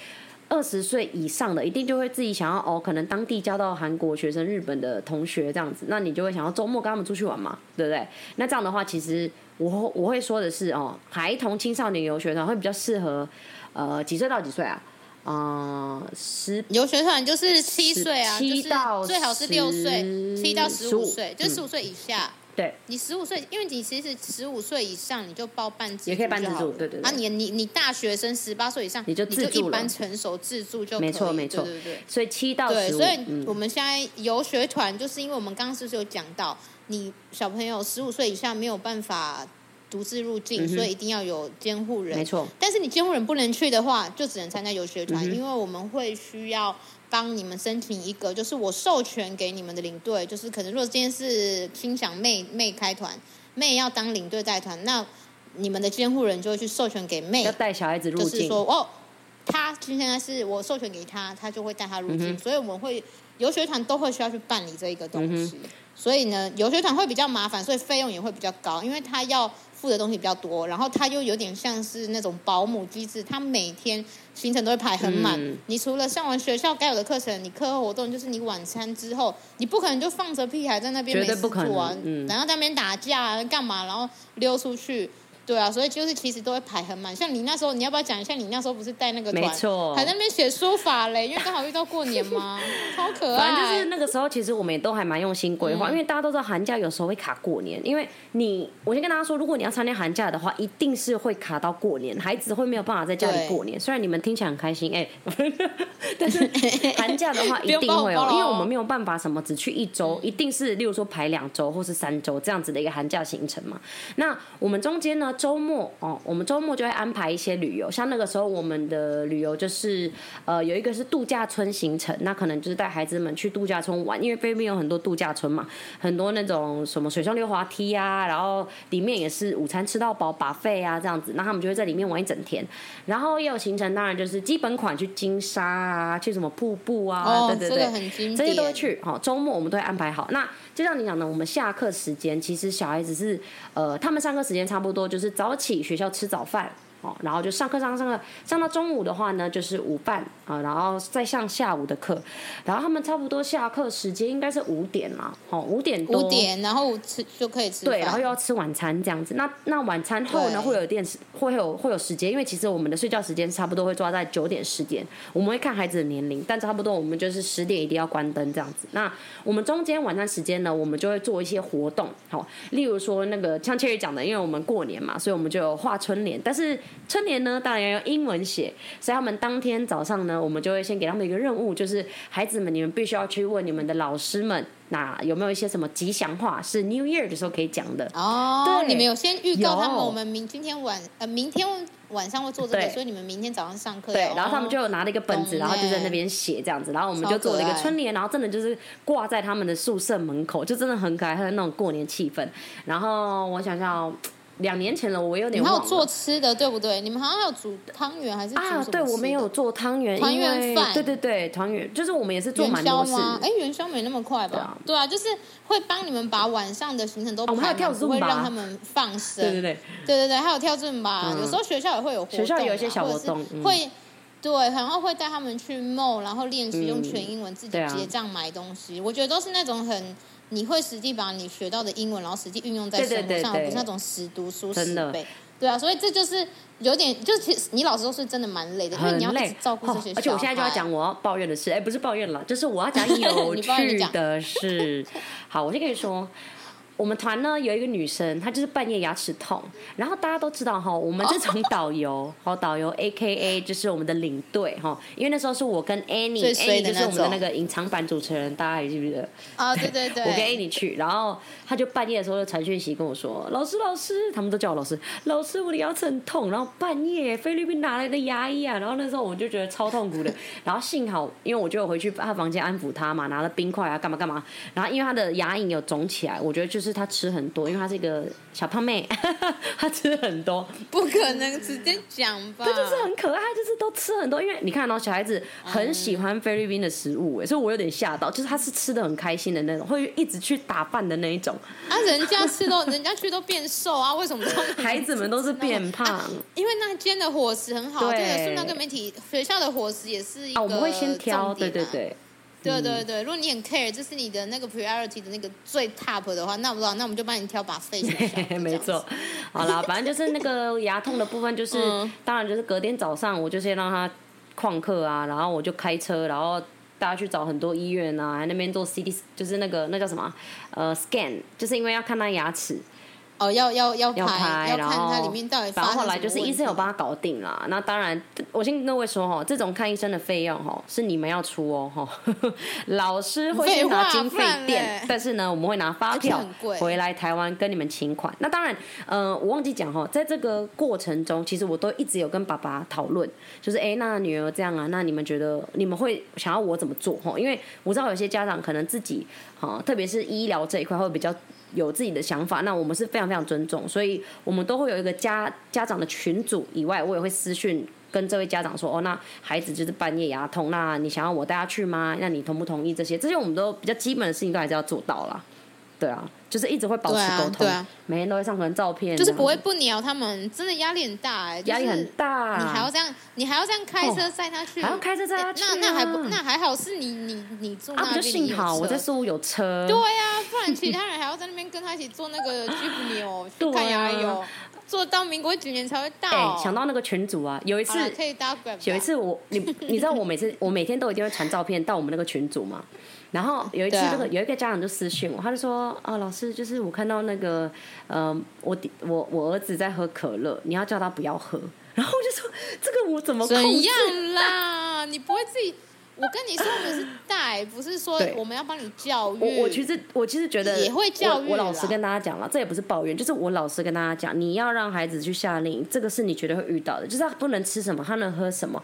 A: 二十岁以上的，一定就会自己想要哦，可能当地交到韩国学生、日本的同学这样子，那你就会想要周末跟他们出去玩嘛，对不对？那这样的话，其实我我会说的是哦，孩童青少年游学团会比较适合，呃，几岁到几岁啊？嗯、十
B: 游学团就是七岁啊，
A: 17到
B: 就是最好是六岁，
A: 10
B: 七到十五岁
A: 15，
B: 就是十五岁以下。
A: 对
B: 你十五岁，因为你其实十五岁以上你就报半资助
A: 也可以半
B: 就
A: 自
B: 好
A: 助
B: 了
A: 对对对
B: 啊，你你你大学生十八岁以上，
A: 你
B: 你
A: 就自助
B: 一
A: 了
B: 般成熟自助就可以
A: 没错没错
B: 对对对。
A: 所以七到
B: 对，
A: 十五，
B: 所以
A: 嗯，
B: 我们现在游学团，就是因为我们刚刚是不是有讲到，你小朋友十五岁以下没有办法独自入境，所以一定要有监护人。
A: 嗯没错，
B: 但是你监护人不能去的话，就只能参加游学团，因为我们会需要帮你们申请一个，就是我授权给你们的领队，就是可能如果今天是心想妹妹开团，妹要当领队带团，那你们的监护人就会去授权给妹
A: 要，带小孩子入
B: 就是
A: 境，
B: 说哦，他现在是我授权给他，他就会带他入
A: 嗯
B: 境，所以我们会游学团都会需要去办理这一个东西。
A: 嗯
B: 所以呢，游学团会比较麻烦，所以费用也会比较高，因为他要付的东西比较多，然后他又有点像是那种保姆机制，他每天行程都会排很满。
A: 嗯
B: 你除了上完学校该有的课程，你课后活动就是你晚餐之后，你不可能就放着屁孩在那边
A: 绝
B: 没
A: 对
B: 事
A: 不可能
B: 做啊，
A: 嗯
B: 然后在那边打架啊干嘛，然后溜出去。对啊，所以就是其实都会排很满。像你那时候，你要不要讲一下你那时候不是带那个团，
A: 没错
B: 还在那边写书法嘞？因为刚好遇到过年 嘛，超可爱。
A: 反正就是那个时候，其实我们也都还蛮用心规
B: 嗯
A: 划，因为大家都知道寒假有时候会卡过年，因为你，我先跟大家说，如果你要参加寒假的话，一定是会卡到过年，孩子会没有办法在家里
B: 对
A: 过年。虽然你们听起来很开心，哎、但是 寒假的话一
B: 用
A: 定
B: 包
A: 会
B: 红
A: 有，
B: 包
A: 因为
B: 了哦
A: 我们没有办法什么只去一周，一定是例如说排两周或是三周这样子的一个寒假行程嘛。那我们中间呢，周末哦，我们周末就会安排一些旅游，像那个时候我们的旅游就是呃有一个是度假村行程，那可能就是带孩子们去度假村玩，因为菲律宾有很多度假村嘛，很多那种什么水上溜滑梯啊，然后里面也是午餐吃到饱把费啊这样子，那他们就会在里面玩一整天，然后也有行程，当然就是基本款去金沙啊，去什么瀑布啊，
B: 哦，
A: 对对
B: 这
A: 对，
B: 个很经典，
A: 这些都会去。好、周末我们都会安排好。那就像你讲的，我们下课时间其实小孩子是呃，他们上课时间差不多就是早起学校吃早饭。哦，然后就上课上上课上到中午的话呢，就是午饭啊、然后再上下午的课，然后他们差不多下课时间应该是五点啦，哦，五点多，
B: 五点，然后吃就可以吃饭。
A: 对，然后又要吃晚餐这样子。那那晚餐后呢，
B: 对
A: 会有电视，会有会有时间，因为其实我们的睡觉时间差不多会抓在九点十点，我们会看孩子的年龄，但差不多我们就是十点一定要关灯这样子。那我们中间晚餐时间呢，我们就会做一些活动，好、例如说那个像 Cherry 讲的，因为我们过年嘛，所以我们就有画春联，但是春联呢当然要用英文写，所以他们当天早上呢，我们就会先给他们一个任务，就是孩子们你们必须要去问你们的老师们。那有没有一些什么吉祥话是 New Year 的时候可以讲的？
B: 哦，
A: 对
B: 你们有先预告他们，
A: 有
B: 我们明今天晚呃明天晚上会做这个，
A: 对
B: 所以你们明天早上上课。
A: 对，然后他们就有拿了一个本子，
B: 哦懂
A: 然后就在
B: 欸
A: 那边写这样子，然后我们
B: 超
A: 就做了一个
B: 可爱
A: 春联，然后真的就是挂在他们的宿舍门口，就真的很可爱，还有那种过年气氛。然后我想想哦，两年前了，我有
B: 你
A: 点
B: 们还有
A: 忘
B: 做
A: 了。
B: 吃的，对不对？你们好像还有煮汤圆还是煮什么
A: 啊，
B: 吃的？
A: 对，我们有做汤圆，
B: 团
A: 因
B: 圆
A: 为
B: 饭
A: 对对对，团圆就是我们也是做蛮
B: 元
A: 多
B: 宵
A: 事，
B: 吗？哎，元宵没那么快吧？对啊，就是会帮你们把晚上的行程都
A: 哦我们还
B: 排
A: 有跳
B: 满，不会
A: Zumba
B: 让他们放生。
A: 对对对，
B: 对对对，还有跳正吧，有时候学校也会有活动啊，
A: 学校有一些小活动
B: 或者是
A: 嗯
B: 会。对，然后会带他们去 mall，然后练习用全英文自己
A: 对啊
B: 结账买东西。我觉得都是那种很你会实际把你学到的英文，然后实际运用在
A: 对
B: 生
A: 对
B: 活上，
A: 对对
B: 而不是那种死读书
A: 真
B: 死
A: 的
B: 背。对啊，所以这就是有点，就其实你老师都是真的蛮累的，因为
A: 很
B: 你要一
A: 累
B: 直照顾这
A: 哦
B: 些小孩、
A: 而且我现在就要讲我要抱怨的事，哎，不是抱怨了，就是我要 讲有
B: 你抱怨你
A: 趣
B: 讲
A: 的事。好，我先跟你说。我们团呢有一个女生，她就是半夜牙齿痛，然后大家都知道哈，我们这 种导游，好导游 A K A 就是我们的领队哈，因为那时候是我跟
B: 最衰
A: Annie，Annie
B: 的
A: 就
B: 那
A: 是我们的
B: 种
A: 那个隐藏版主持人，大家还记不记得？
B: 啊、对对对，
A: 我跟 Annie 去，然后他就半夜的时候就传讯息跟我说：“老师，老师，他们都叫我老师，老师，我的牙齿很痛。”然后半夜菲律宾哪来的牙医啊？然后那时候我就觉得超痛苦的。然后幸好，因为我就有回去他房间安抚他嘛，拿了冰块啊，干嘛干嘛。然后因为他的牙龈有肿起来，我觉得就是他吃很多，因为他是一个小胖妹，他吃很多，
B: 不可能直接讲吧？
A: 这就是很可爱，就是都吃很多。因为你看哦，小孩子很喜欢菲律宾的食物，哎、所以我有点吓到，就是他是吃的很开心的那种，会一直去打扮的那一种。
B: 啊，人家吃都，人家去都变瘦啊，为什么他们
A: 孩子们都是变 胖
B: 啊因为那间的伙食很好，
A: 对
B: 这个塑料跟媒体学校的伙食也是一个、
A: 啊，我们会先挑，对对。嗯对，
B: 对对对，如果你很 care，这是你的那个 priority 的那个最 top 的话，那不知道，那我们就帮你挑把费选上。就
A: 没
B: 这样
A: 错
B: 子。。
A: 好啦，反正就是那个牙痛的部分，就是、
B: 嗯
A: 当然就是隔天早上，我就先让他旷课啊，然后我就开车，然后。大家去找很多医院啊，还那边做 CT，就是那个那叫什么啊，呃，scan，就是因为要看他牙齿，
B: 哦，要要要拍，
A: 要拍，然
B: 看
A: 后
B: 它里面到底发
A: 反
B: 生
A: 正
B: 什么
A: 后来就是医生有帮他搞定啦。那当然，我先跟各位说哦，这种看医生的费用哦，是你们要出哦哈。 吼老师会先拿经费
B: 废话不然嘞
A: 垫，但是呢，我们会拿发
B: 而
A: 票
B: 且很贵
A: 回来台湾跟你们请款。那当然，呃，我忘记讲哦，在这个过程中，其实我都一直有跟爸爸讨论，就是哎，诶那女儿这样啊，那你们觉得你们会想要我怎么做哈？吼因为我知道有些家长可能自己哈，特别是医疗这一块会比较有自己的想法，那我们是非常非常尊重，所以我们都会有一个家家长的群组以外，我也会私讯跟这位家长说，哦，那孩子就是半夜牙痛，那你想要我带他去吗？那你同不同意这些？这些我们都比较基本的事情都还是要做到啦。对啊，就是一直会保持
B: 对啊
A: 沟通，
B: 对啊
A: 每天都会上传照片，
B: 就是
A: 这样
B: 不会不鸟他们，真的压力很大哎、就是
A: 压力很大，啊哦
B: 你还要这样，你还要这样开车载他去，
A: 还要开车载他去啊
B: 那那还不那还好是你你你住
A: 啊，不
B: 那
A: 就
B: 边，
A: 幸
B: 你有
A: 好我
B: 车
A: 在苏武有车，
B: 对哦呀、不然其他人还要在那边跟他一起坐那个吉普牛 去
A: 对
B: 看牙
A: 啊
B: 友，坐到民国几年才会
A: 哎、
B: 到。
A: 想到那个群主啊，有一
B: 好
A: 次
B: 啦可以搭 Grab 吧。
A: 有一次我你你知道我每次我每天都一定会传照片到我们那个群组嘛，然后有一次
B: 对啊
A: 这个、有一个家长就私讯我，他就说啊老师就是我看到那个呃我弟我我儿子在喝可乐，你要叫他不要喝，然后我就说这个我怎么控
B: 怎
A: 制？
B: 样啦？你不会自己？我跟你说，我 们是带，不是说
A: 对
B: 我们要帮你教育。
A: 我我其实我其实觉得
B: 嗯也会教育
A: 我，我老
B: 啦
A: 实跟大家讲了，这也不是抱怨，就是我老实跟大家讲，你要让孩子去夏令营，这个是你绝对会遇到的，就是他不能吃什么，他能喝什么，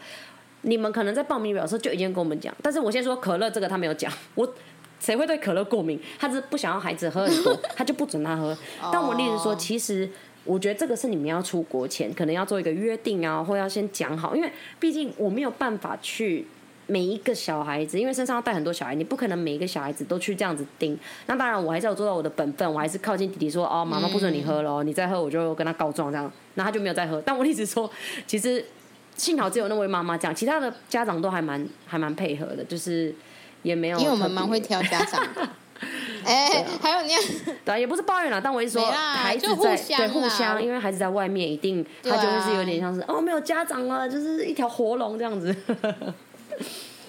A: 你们可能在报名表的时候就已经跟我们讲，但是我先说可乐这个他没有讲， 我。谁会对可乐过敏？他只是不想要孩子喝很多，他就不准他喝。但我例如说，
B: 哦
A: 其实我觉得这个是你们要出国前可能要做一个约定啊，或要先讲好，因为毕竟我没有办法去每一个小孩子，因为身上要带很多小孩，你不可能每一个小孩子都去这样子盯。那当然，我还是有做到我的本分，我还是靠近弟弟说：“哦，妈妈不准你喝了
B: 嗯
A: 哦，你再喝我就跟他告状。”这样，那他就没有再喝。但我一直说，其实幸好只有那位妈妈这样，其他的家长都还蛮还蛮配合的，就是也没有特
B: 因
A: 别，啊
B: 为我们蛮会挑家长 的。哎、还有你要，
A: 对啊，也不是抱怨啦，但我一说
B: 没啦
A: 孩子
B: 就互
A: 在
B: 相
A: 对
B: 啦
A: 互相，因为孩子在外面，一定
B: 对
A: 他
B: 啊
A: 就会是有点像是哦没有家长了，就是一条活龙这样子。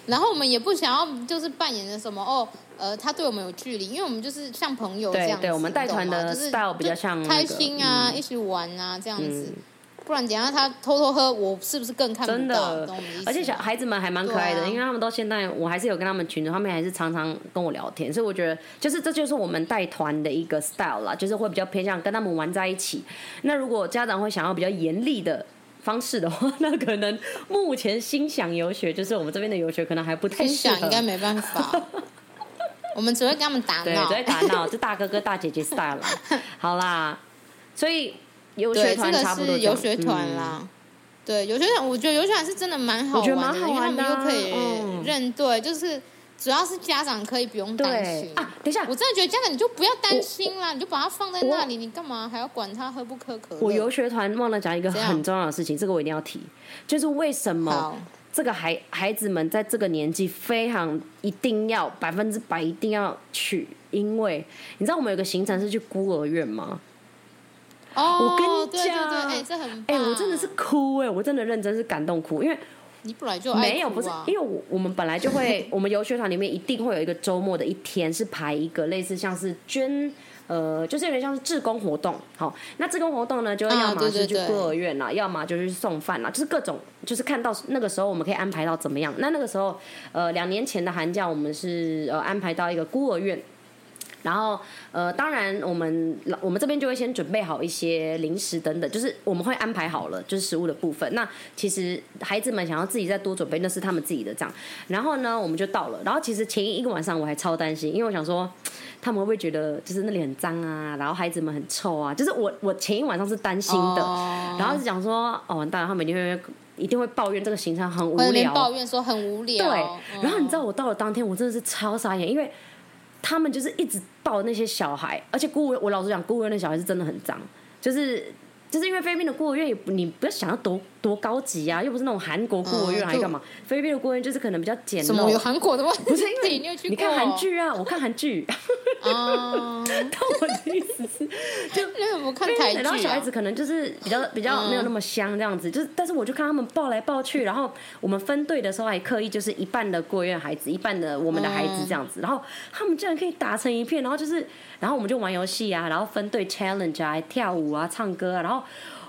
B: 然后我们也不想要就是扮演的什么哦，呃，他对我们有距离，因为我们就是像朋友这
A: 对
B: 样子。
A: 对我们带
B: 你懂吗
A: 团的
B: 就是
A: style 比较像那
B: 就
A: 个嗯
B: 开心啊，一起玩啊这样子。不然等一下他偷偷喝，我是不是更看不到？
A: 真的
B: 懂我们意思吗？
A: 而且小孩子们还蛮可爱的，
B: 对啊
A: 因为他们到现在，我还是有跟他们群组，他们还是常常跟我聊天，所以我觉得就是这就是我们带团的一个 style 啦，就是会比较偏向跟他们玩在一起。那如果家长会想要比较严厉的。方式的话，那可能目前心想游学就是我们这边的游学，可能还不太
B: 很
A: 适
B: 想
A: 合。
B: 应该没办 法，我们只会跟他们打
A: 对，
B: 闹
A: 只。会打闹，就大哥哥大姐姐 style 啦。 好啦，所以游学
B: 对，
A: 团
B: 这
A: 差
B: 个
A: 不多
B: 是
A: 这样
B: 游学团
A: 嗯
B: 啦。对，游学团，我觉得游学团是真的蛮好
A: 我觉得
B: 玩的，
A: 蛮好
B: 因为他
A: 玩的
B: 们
A: 啊
B: 又可以
A: 嗯
B: 认对，就是主要是家长可以不用担
A: 对
B: 心。
A: 啊，等一下
B: 我，真的觉得家长你就不要担心啦，你就把它放在那里，你干嘛还要管他喝不喝可乐？
A: 我游学团忘了讲一个
B: 怎样
A: 很重要的事情，这个我一定要提，就是为什么
B: 好，
A: 这个孩孩子们在这个年纪非常一定要百分之百一定要去，因为你知道我们有个行程是去孤儿院吗？
B: 哦，
A: 我跟你
B: 对对
A: 讲
B: 对，哎，这很
A: 哎、
B: 棒，
A: 我真的是哭哎、我真的认真是感动哭，因为
B: 你本来就爱
A: 没有，
B: 哭
A: 不是
B: 啊，
A: 因为我我们本来就会， 我们游学团里面一定会有一个周末的一天是排一个类似像是捐。呃，就是有点像是志工活动，好，那志工活动呢，就
B: 啊
A: 要么
B: 对
A: 是
B: 对
A: 去
B: 对
A: 孤儿院啦，啊要么就是送饭啊啦，就是各种，就是看到那个时候我们可以安排到怎么样。那那个时候，呃，两年前的寒假我们是呃安排到一个孤儿院，然后呃，当然我们我们这边就会先准备好一些零食等等，就是我们会安排好了，就是食物的部分。那其实孩子们想要自己再多准备，那是他们自己的这样。然后呢，我们就到了。然后其实前一个晚上我还超担心，因为我想说他们会不会觉得就是那里很脏啊，然后孩子们很臭啊，就是我我前一晚上是担心的。
B: 哦
A: 然后是讲说哦完蛋了，他们一定会一定会抱怨这个行程很无
B: 会在那边
A: 聊，啊
B: 抱怨说很无聊。哦
A: 对，然后你知道
B: 嗯
A: 我到了当天，我真的是超傻眼，因为他们就是一直抱那些小孩，而且孤儿，我老实讲，孤儿院的小孩是真的很脏，就是。就是因为菲律宾的孤儿院也不，你不要想要多多高级啊，又不是那种韩国孤儿院
B: 嗯
A: 还
B: 就
A: 干嘛？菲律宾的孤儿院就是可能比较简
B: 什么有
A: 陋，
B: 韩国的问题？
A: 不是 因为
B: 你有去
A: 你
B: 过？
A: 看韩剧啊，我看韩剧，
B: 啊？
A: 但我的意思是，
B: 那怎么看
A: 对
B: 台剧、啊？嗯
A: 然后小孩子可能就是比较比较没有那么香这样子，就是但是我就看他们抱来抱去，然后我们分队的时候还刻意就是一半的孤儿院孩子，一半的我们的孩子这样
B: 嗯
A: 子，然后他们竟然可以打成一片，然后就是然后我们就玩游戏啊，然后分队 challenge 啊，跳舞啊，唱歌啊，然后。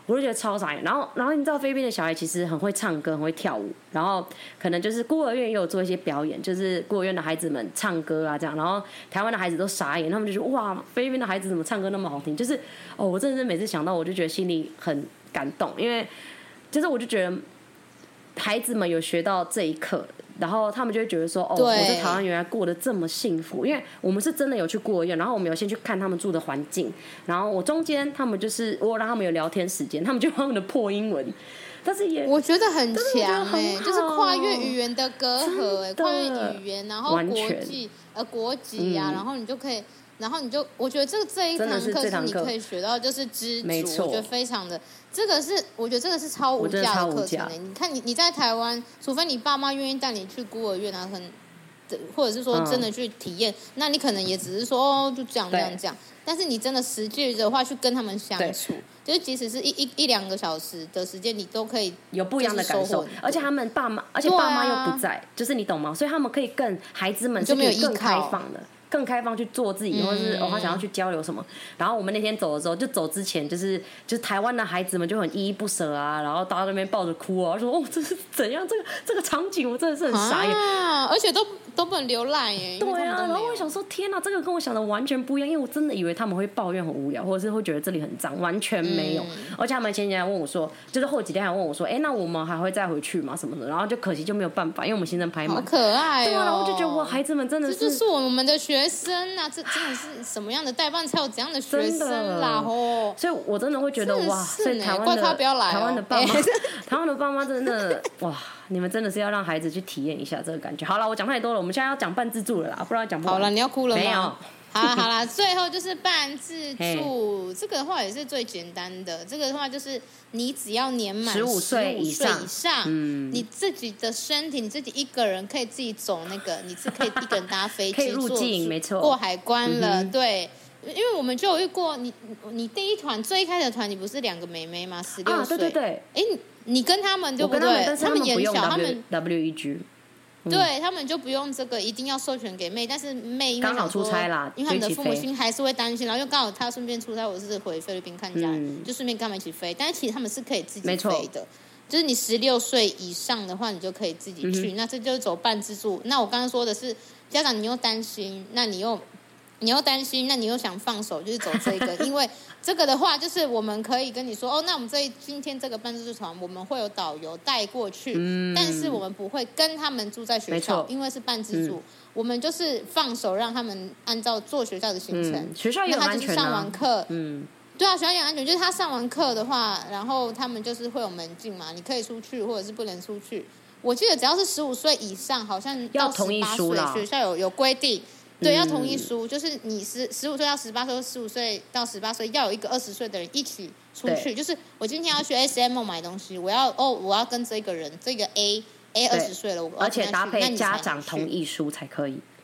A: 我就觉得超傻眼，然后，然后你知道菲律宾的小孩其实很会唱歌，很会跳舞，然后可能就是孤儿院也有做一些表演，就是孤儿院的孩子们唱歌啊这样，然后台湾的孩子都傻眼，他们就觉得哇，菲律宾的孩子怎么唱歌那么好听？就是哦，我真的是每次想到我就觉得心里很感动，因为就是我就觉得孩子们有学到这一课，然后他们就会觉得说，哦，
B: 对
A: 我在台湾原来过得这么幸福，因为我们是真的有去孤儿院，然后我们有先去看他们住的环境，然后我中间他们就是我有让他们有聊天时间，他们就用他们的破英文，但是也
B: 我觉得很
A: 我觉得
B: 强
A: 很
B: 哎、
A: 好
B: 就是跨越语言的隔阂哎、
A: 真的
B: 跨越语言，然后
A: 完
B: 国
A: 全
B: 际呃国籍呀、
A: 嗯
B: 然后你就可以，然后你就我觉得这这一
A: 真的
B: 堂
A: 是
B: 课
A: 这
B: 是
A: 堂
B: 你
A: 课
B: 可以学到就是知足，
A: 没错
B: 我觉得非常的这个是我觉得这个是超无
A: 我觉得
B: 价
A: 超
B: 的
A: 无
B: 课程
A: 价
B: 哎、你看你你在台湾，除非你爸妈愿意带你去孤儿院啊，很。或者是说
A: 嗯
B: 真的去体验，那你可能也只是说哦，就这样这
A: 对
B: 样这样。但是你真的实际的话，去跟他们相
A: 对
B: 处，就是即使是一一一两个小时的时间，你都可以
A: 有不一样的感
B: 就是收获
A: 受
B: 很多，
A: 而且他们爸妈，而且
B: 对啊
A: 爸妈又不在，就是你懂吗？所以他们可以更孩子们
B: 就是没有
A: 可以更
B: 依靠嗯
A: 开放的，更开放去做自己，或是哦他想要去交流什么。然后我们那天走的时候，就走之前就是就是台湾的孩子们就很依依不舍啊，然后到那边抱着哭啊，说哦这是怎样这个这个场景，我真的是很傻眼。
B: 啊，而且都都不能浏览耶。
A: 对啊，然后我
B: 想，
A: 想说，天哪，这个跟我想的完全不一样，因为我真的以为他们会抱怨很无聊，或者是会觉得这里很脏，完全没
B: 嗯
A: 有。而且他们前几天还问我说，就是后几天还问我说，哎、那我们还会再回去吗？什么的，然后就可惜就没有办法，因为我们行程排
B: 好
A: 满。
B: 可爱
A: 对
B: 哦。
A: 啊，然后我就觉得哇，孩子们真的
B: 这
A: 是
B: 就是我们的学生啊，这真的是什么样的代办才有怎样的学
A: 真的
B: 生啦吼。
A: 所以，我真的会觉得
B: 真的
A: 哇，
B: 是
A: 所以
B: 呢
A: 台湾
B: 怪
A: 的
B: 他不要来哦
A: 台湾的爸妈
B: 哎，
A: 台湾的爸妈真的哇，你们真的是要让孩子去体验一下这个感觉。好了，我讲太多了，我们现在要讲半自助了啦，不然讲不完
B: 好了，你要哭了吗？
A: 没有。
B: 好啦好啦，最后就是半自助，这个的话也是最简单的。这个的话就是你只要年满
A: 15岁
B: 以
A: 以上嗯
B: 你自己的身体，你自己一个人可以自己走那个，你是可以一个人搭 飞
A: 可以
B: 机
A: 入
B: 坐
A: 境
B: 出
A: 没错嗯
B: 过海关了，对。因为我们就有遇过你，你第一团最一开始的团，你不是两个妹妹吗？十六
A: 啊，
B: 岁，
A: 对对对，
B: 哎，你你跟他们就
A: 我
B: 不
A: 跟
B: 对，
A: 他们，但是他们不
B: 眼
A: 用
B: 小，他
A: W
B: 们
A: W E G，
B: 对他们就不用这个，一定要授权给妹。但是妹因为
A: 刚好
B: 想说
A: 出差啦
B: 因为他们
A: 就
B: 的
A: 一起
B: 父母
A: 飞
B: 亲还是会担心，然后又刚好他顺便出差，我是回菲律宾看家人，
A: 嗯
B: 就顺便跟他们一起飞。但是其实他们是可以自己
A: 没错
B: 飞的。就是你十六岁以上的话，你就可以自己
A: 嗯
B: 去。那这就是走半自助。那我刚刚说的是，家长你又担心，那你又你又担心，那你又想放手，就是走这 个，因为这个的话，就是我们可以跟你说，哦，那我们这一今天这个半自助团，我们会有导游带过去，但是我们不会跟他们住在
A: 嗯
B: 学
A: 没
B: 校
A: 错，嗯
B: 因为是半自助，我们就是放手让他们按照做学校的行程，
A: 嗯，学校也
B: 那
A: 有
B: 他
A: 安
B: 就是
A: 全
B: 上完
A: 啊，
B: 课，
A: 嗯，
B: 对啊，学校也安全，就是他上完课的话，然后他们就是会有门禁嘛，你可以出去或者是不能出去。我记得只要是十五岁以上，好像
A: 要
B: 到
A: 同
B: 十
A: 意
B: 八
A: 书
B: 岁
A: 啦，
B: 学校有有规定，对，要同意
A: 嗯
B: 书，就是你十十五岁到十八岁，十五岁到十八岁要有一个二十岁的人一起出去。
A: 对
B: 就是我今天要去 S M 买东西，我要哦，我要跟这个人，这个 A A 二十岁了，我要
A: 而且
B: 跟他
A: 搭
B: 去那
A: 配
B: 你
A: 家
B: 才
A: 长
B: 能去
A: 同意书才可以。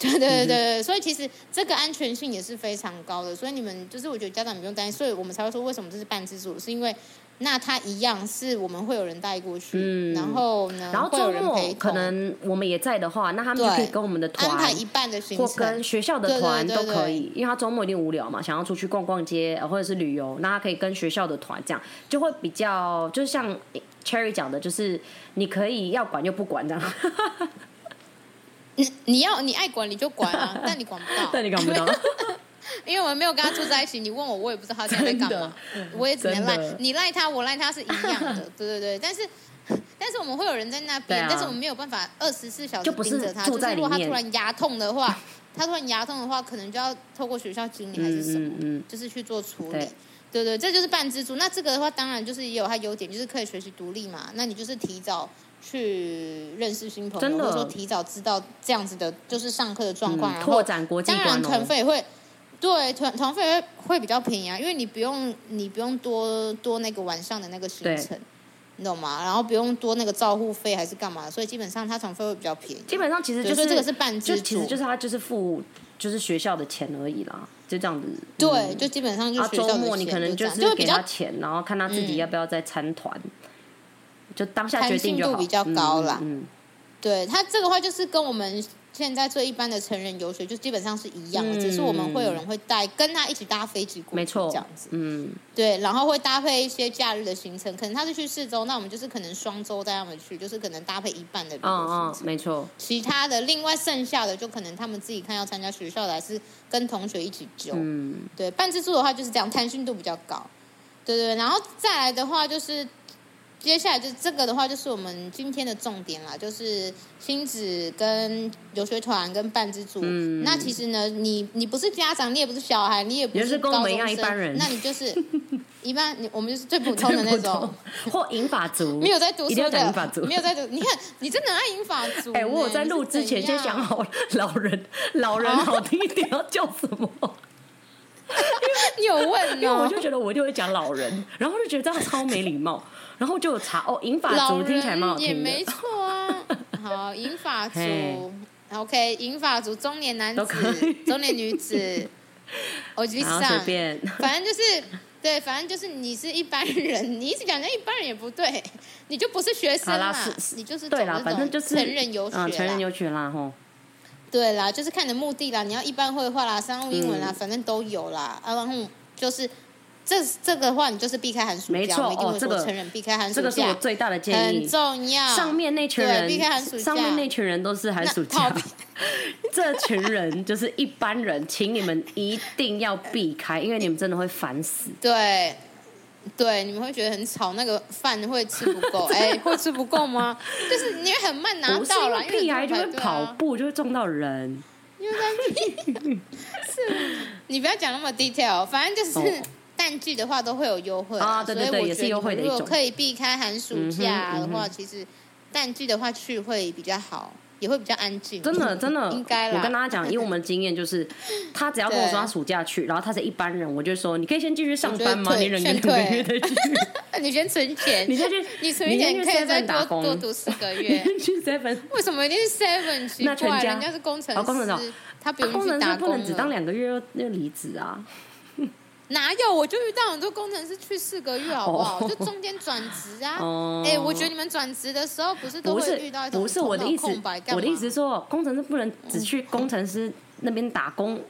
A: 嗯
B: 对对对对对，所以其实这个安全性也是非常高的，所以你们就是我觉得家长不用担心，所以我们才会说为什么这是半自助，是因为那他一样是我们会有人带过去，
A: 嗯
B: 然后呢，
A: 然后
B: 会有
A: 周
B: 人陪
A: 末
B: 同
A: 可能我们也在的话，那他们就
B: 对
A: 可以跟我们的团
B: 安排一半的行
A: 或
B: 程
A: 跟，学校
B: 对对
A: 的团
B: 对
A: 都
B: 对
A: 可以，因为他周末一定无聊嘛，想要出去逛逛街呃或者是旅游，那他可以跟学校的团这样，就会比较就像 Cherry 讲的，就是你可以要管又不管这样，
B: 你你要你爱管你就 管啊，但你管不到，
A: 但你管 不到。
B: 因为我们没有跟他住在一起，你问我，我也不知道他现在在
A: 嗯
B: 干嘛， 我也只能赖
A: 真的
B: 你赖他，我赖他是一样 的，对对对，但是。但是我们会有人在那
A: 对
B: 边，
A: 啊
B: 但是我们没有办法二十四小时
A: 就不是
B: 盯着他。就
A: 住
B: 是
A: 在
B: 如
A: 里
B: 果
A: 面
B: 他突然牙痛 的话，他突然牙痛的话，可能就要透过学校经理还是什么，
A: 嗯嗯嗯
B: 就是去做处理
A: 对。
B: 对对，这就是半蜘蛛。那这个的话，当然就是也有它优点，就是可以学习独立嘛。那你就是提早去认识新朋友，
A: 真的
B: 或者说提早知道这样子的，就是上课的状况，
A: 嗯
B: 然后
A: 拓展国际
B: 当然
A: 观
B: 团
A: 哦。
B: 费会，对团团费会会比较便宜啊，因为你不用你不用多多那个晚上的那个行程，你懂吗？然后不用多那个照护费还是干嘛，所以基本上它团费会比较便宜。
A: 基本上其实
B: 对
A: 就
B: 所
A: 是
B: 以这个是半
A: 就
B: 自
A: 其
B: 助，
A: 实就是他就是付就是学校的钱而已啦，就这样子。
B: 对，就基本上就
A: 啊，
B: 学校的
A: 周
B: 钱
A: 末你可能
B: 就这样
A: 是
B: 就会比
A: 给
B: 较
A: 他钱，然后看他自己
B: 嗯
A: 要不要再参团，就当下
B: 弹
A: 决
B: 性
A: 定就
B: 度
A: 好。
B: 比较高啦
A: 嗯，嗯嗯
B: 对它这个话就是跟我们现在最一般的成人游学就基本上是一样的，
A: 嗯
B: 只是我们会有人会带跟他一起搭飞机过去，
A: 没错
B: 这样子。
A: 嗯，
B: 对，然后会搭配一些假日的行程，可能他是去四周，那我们就是可能双周带他们去，就是可能搭配一半的旅游
A: 嗯
B: 行
A: 嗯，
B: 程。
A: 没错，
B: 其他的另外剩下的就可能他们自己看要参加学校的，还是跟同学一起揪。
A: 嗯。
B: 对，半自助的话就是这样，弹性度比较高。对对，对然后再来的话就是，接下来就是这个的话就是我们今天的重点啦，就是亲子跟游学团跟半自助。
A: 嗯
B: 那其实呢，你你不是家长，你也不是小孩，你也不
A: 也是跟我
B: 高
A: 们一
B: 中
A: 样
B: 生，
A: 一般人
B: 那你就是 一般，你我们就是最普通的那种，
A: 或银发族，
B: 没有在读
A: 一
B: 书
A: 定要
B: 的，
A: 讲银发族
B: 没。有在读。你看，你真的很爱英法族 呢。
A: 哎、我有在录之前
B: 你是怎
A: 先
B: 样
A: 想好老人，老人
B: 哦
A: 好听一点要叫什么，
B: 你有问、哦，
A: 因为我就觉得我一定会讲老人，然后就觉得这样超没礼貌，然后就有查哦，银发
B: 老
A: 族
B: 人
A: 听起来蛮好
B: 也
A: 听
B: 没
A: 的，
B: 错啊。好，银发族
A: 嘿
B: ，OK，银发族中年男
A: 都可
B: 子
A: 以、
B: 中年女子， 我就
A: 然后
B: 上，
A: 随便，
B: 反正就是对，反正就是你是一般人，你一直讲人家一般人也不对，你就不是学生
A: 好啦
B: 嘛
A: 是，是
B: 你就是
A: 对
B: 走
A: 啦
B: 那，
A: 反正
B: 种
A: 就是嗯
B: 成人游学啦，
A: 嗯，成人游学啦吼，
B: 对啦，就是看你的目的啦，你要一般绘画啦、商务英文啦，
A: 嗯
B: 反正都有啦。啊，然后就是这这个话，你就是避开寒暑
A: 没
B: 假，
A: 错
B: 我们一定
A: 哦
B: 会
A: 这
B: 说
A: 个
B: 成人避开寒
A: 这
B: 暑
A: 个是我
B: 假
A: 最大的建
B: 很
A: 议。
B: 重要。
A: 上面那群人
B: 对避开寒暑，假
A: 上面那群人都是寒暑
B: 那
A: 假
B: 逃避，
A: 这群人就是一般人，请你们一定要避开，因为你们真的会烦死。
B: 对对，你们会觉得很吵，那个饭会吃不 够，哎、会吃不够吗？就是你会很慢拿
A: 不是
B: 到
A: 因
B: 啦，
A: 为
B: 因为
A: 屁
B: 你
A: 孩就
B: 没
A: 会
B: 有排队
A: 跑
B: 啊，
A: 步，就会撞到人。
B: 因为在 是，你不要讲那么 detail，反正就是
A: 哦。
B: 淡季的话都会有优惠
A: 啊对对对
B: 所以我
A: 也
B: 觉
A: 是
B: 得你
A: 优惠的
B: 们
A: 一
B: 如果
A: 种
B: 可以避开寒暑
A: 嗯哼
B: 假的
A: 嗯
B: 话，
A: 哼
B: 其实淡季的话去会比较好，也会比较安静。
A: 真的真的，
B: 应该啦。
A: 我跟大家讲，以我们的经验 就是，他只要跟我说他
B: 对
A: 暑假去，然后他是一般人，我就说你可以先继续上班吗？
B: 我
A: 你
B: 觉得退
A: 忍个两个月 再去，
B: 那呃你先存钱，
A: 你先去，
B: 你存一点
A: 你
B: 可以
A: 先去
B: 再
A: seven 打
B: 多多
A: 工，
B: 读四个
A: 你
B: 月。
A: 先去 seven。
B: 为什么一定是 Seven 奇
A: 那全
B: 怪？
A: 家
B: 人家是工程师，
A: 哦工程师哦
B: 他不用
A: 工
B: 去
A: 程
B: 打
A: 师不
B: 工
A: 能只当
B: 了。
A: 两个月又又离职啊！
B: 哪有？我就遇到很多工程师去四个月，好不好？
A: 哦
B: 就中间转职啊。
A: 哦
B: 哎、我觉得你们转职的时候，不是都
A: 不
B: 会
A: 是
B: 遇到一种
A: 不是我的
B: 头脑
A: 意思
B: 空白，干嘛
A: 我的意思是说，工程师不能只去工程师那边打工。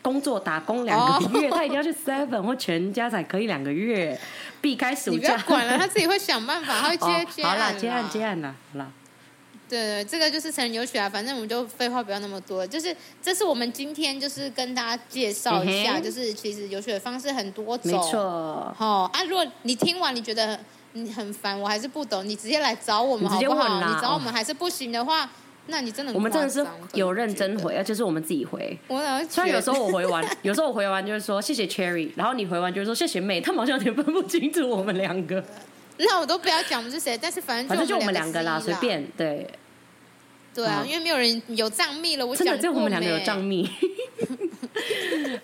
A: 工作打工两
B: 哦
A: 个月，他一定要去 Seven 或全家才可以两个月，避开暑
B: 你不要
A: 假。
B: 管了，他自己会想办法，他会接、
A: 哦，
B: 接
A: 好
B: 案
A: 啦，
B: 啦
A: 接案接案啦，好啦。
B: 对对，这个就是成人有血啊，反正我们就废话不要那么多。就是这是我们今天就是跟大家介绍一
A: 嗯
B: 下，
A: 哼
B: 就是其实有血的方式很多种。
A: 没错，
B: 哦啊，如果你听完你觉得你很烦，我还是不懂，你直接来找我们
A: 你
B: 好
A: 直接
B: 不好？
A: 问啦哦
B: 你找我们还是不行的话，那你真的很
A: 我们真的
B: 夸
A: 是
B: 张
A: 有认真。
B: 真的觉得
A: 回，而呃且是我们自己回。
B: 我好像
A: 虽然有时候我
B: 觉
A: 回 完，有时候我回完就是说谢谢 Cherry，然后你回完就是说谢谢妹，他们好像有点分不清楚我们两个。
B: 得，那我都不要讲我们是谁，但是反正
A: 反正就我们两
B: 个
A: 个啦，
B: 之一
A: 随。便对，
B: 对啊，
A: 嗯
B: 因为没有人有账密了，我
A: 真
B: 讲
A: 的只有我们
B: 过
A: 两个有
B: 没
A: 账 密。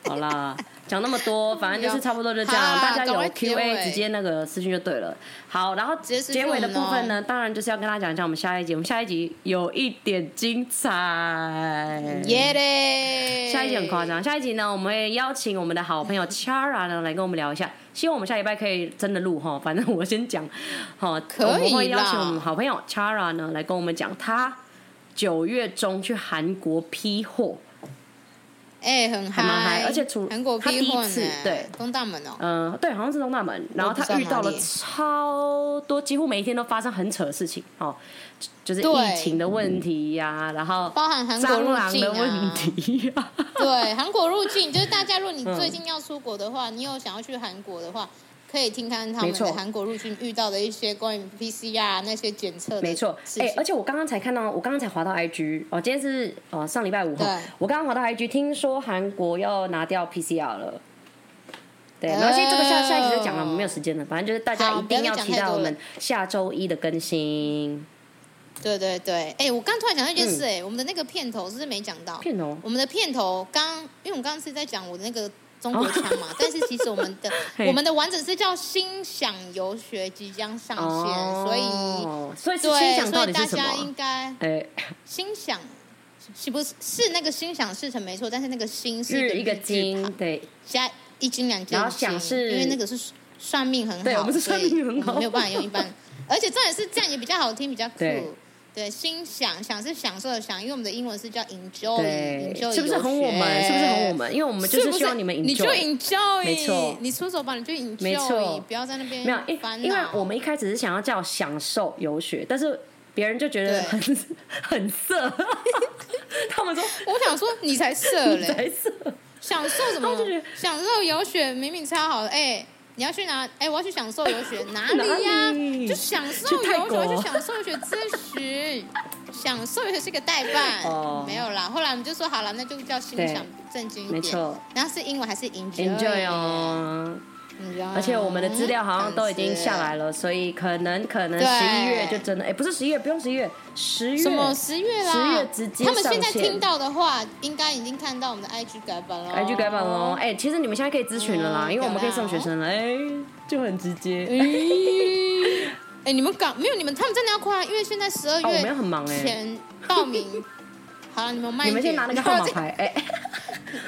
A: 好啦，讲那么多，反正就是差不多就这样，
B: 好啦
A: 大家有
B: 赶快结
A: Q
B: 尾
A: A 直接那个私讯就对了。好，然后
B: 接私讯
A: 结尾的
B: 我们哦
A: 部分呢，当然就是要跟大家讲一下我们下一集，我们下一集有一点精彩。
B: 耶嘞，
A: 下一集很夸。张，下一集呢，我们会邀请我们的好朋 友 Chara 呢来跟我们聊一下。希望我们下礼拜可以真的录哈， 反正我先讲，好，
B: 可以
A: 我
B: 啦
A: 们会邀请我们好朋友 Chara 呢来跟我们讲，她九月中去韩国批货，
B: 哎、很
A: 还蛮嗨
B: 嗨，
A: 而且除
B: 韩国
A: 他第
B: 批
A: 一
B: 货
A: 次
B: 呢，
A: 对
B: 东大门哦，
A: 嗯、对，好像是东大门，然后她遇到了超多，几乎每一天都发生很扯的事情哦，就是
B: 对
A: 疫情的问题呀、然后
B: 包含韩国
A: 蟑
B: 入
A: 螂
B: 境
A: 的问
B: 啊，
A: 题呀、
B: 对，韩国入境就是大家，如果你最近要出国的话，你有想要去韩国的话，可以听看他们
A: 没错
B: 的韩国入境遇到的一些关于 PCR 那些检测的
A: 没错，
B: 事
A: 哎、
B: 情
A: 而且我刚刚才看到，我刚刚才滑到 IG，哦，今天是哦上礼拜五
B: 对
A: 哈，我刚刚滑到 IG，听说韩国要拿掉 PCR 了。对，
B: 哦
A: 然后现在这个下下一集再讲了，我们没有时间了。反正就是大家一
B: 好
A: 定
B: 不要
A: 要
B: 再讲
A: 期
B: 太
A: 待
B: 多
A: 我
B: 了
A: 们下周一的更新。
B: 对对对，哎、我刚突然想到一件
A: 嗯
B: 事、哎、我们的那个片头是不是没讲到？
A: 片头
B: 我们的片头刚，因为我们刚刚是在讲我的那个中国腔嘛，但是其实我们的
A: 哦 嘿
B: 我们的完整是叫《心想游学》即将上线，所以
A: 哦所以是心
B: 对，
A: 想
B: 所
A: 到
B: 以
A: 底
B: 大
A: 是什么
B: 家
A: 啊
B: 应？该
A: 哎，
B: 心想是不是是那个心想事成没错，但是那个心是
A: 日一个
B: 日字
A: 金
B: 旁，
A: 对，
B: 加一斤两斤，
A: 然后想是
B: 因为那个是算命很好，
A: 对我们是
B: 所以
A: 算命很好
B: 我们没有办法用一 般，而且重点是这样也比较好听，比较酷
A: 对。
B: 对，心想想是享受的想，因为我们的英文是叫哦 enjoy，
A: 对
B: enjoy，
A: 是不是很我们？是不是很我？们？因为我们就是希望你们
B: 你就
A: enjoy。
B: enjoy，
A: 没错
B: 你出手吧，你就 enjoy，
A: 没错
B: 不要在那边
A: 没有，因
B: 烦恼
A: 因为我们一开始是想要叫享受游学，但是别人就觉得很 很色， 他们说
B: 我想说你才 色嘞，
A: 才色，
B: 享受什么
A: 他就觉得？
B: 享受游学明明超好的，哎、你要去哪？哎、我要去享受游学，哪里呀、
A: 哎哪里
B: 就享受
A: 去泰
B: 游
A: 国
B: 学，去享受游学咨询，享受游学是个代办，
A: 哦
B: 没有啦。后来我们就说好了，那就叫心
A: 对
B: 想正经一点，
A: 没错。
B: 然后是英文还是 enjoy？
A: enjoy 哦。
B: enjoy，
A: 而且我们的
B: 嗯
A: 资料好像都已经下来
B: 了。
A: 了，所以可能可能
B: 对
A: 十一月就真的，哎，不是十一月，不用十一月，十月
B: 什么十月啦？
A: 十月直接
B: 他们现在
A: 上线
B: 听到的话，应该已经看到我们的 IG 改版了。
A: IG 改版喽。。哎，其实你们现在可以咨询了啦，
B: 嗯
A: 因为我们可以
B: 有啦
A: 送学生了，哎，就很直接。
B: 咦哎、你们搞没有？你们他们真的要快，因为现在十二
A: 哦，我
B: 月
A: 们要很忙哎，
B: 前 报名。好了，你们慢一
A: 你们先
B: 点。
A: 拿那个号码
B: 这
A: 牌，哎，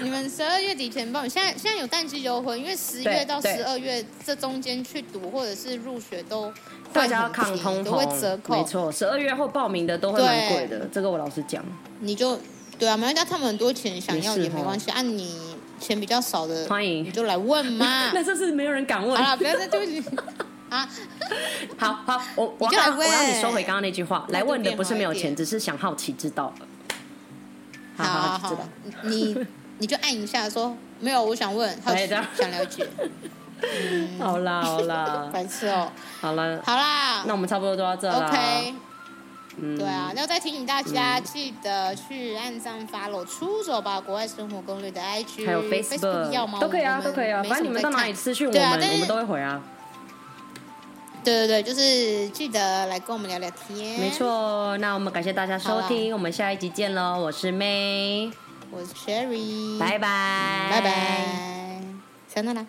B: 你们十二月底前报名，现在现在有淡季优惠，因为十月
A: 对
B: 到
A: 对
B: 十二月这中间去读或者是入学都
A: 大
B: 会
A: 家要
B: 很
A: 抗
B: 便宜
A: 通
B: 都会
A: 膨，
B: 折
A: 没
B: 扣。
A: 错，十二月后报名的都会蛮贵的，这个我老实讲。
B: 你就对啊，没关系，他们很多钱想要
A: 也是
B: 也
A: 哦
B: 没关系，按、你钱比较少的，
A: 欢迎
B: 你就来问嘛。
A: 那这是没有人敢问
B: 好。了，不要再对不 起啊，
A: 好好，我我
B: 你就来
A: 要我要你
B: 问
A: 收回刚刚那句话，来问的不是没有
B: 那就变好一
A: 钱，
B: 点
A: 只是想好奇知道了。
B: 好
A: 好
B: 好
A: 好，知道
B: 好。，你你就按一下说没有，我想问，好
A: 哎
B: 奇
A: 这样
B: 想了解，
A: 好啦好啦
B: 白痴哦、
A: 好啦，
B: 好啦，
A: 那我们差不多都到这啦。
B: OK，
A: 嗯
B: 对啊，那再提醒大家，记得去按赞 follow 出走吧国外生活攻略的 IG，
A: 还有
B: Facebook 要吗？
A: 都可以啊，
B: 我
A: 都可以啊，
B: 没
A: 反正你们
B: 什
A: 到
B: 么在
A: 哪里私讯我
B: 对
A: 们，
B: 啊但是
A: 我们都会回啊。
B: 看？对对对，就是记得来跟我们聊聊天。
A: 没，错，那我们感谢大家收听，我们下一集见喽！我是 May，
B: 我是 Sherry，
A: 拜拜，
B: 拜拜，小娜娜。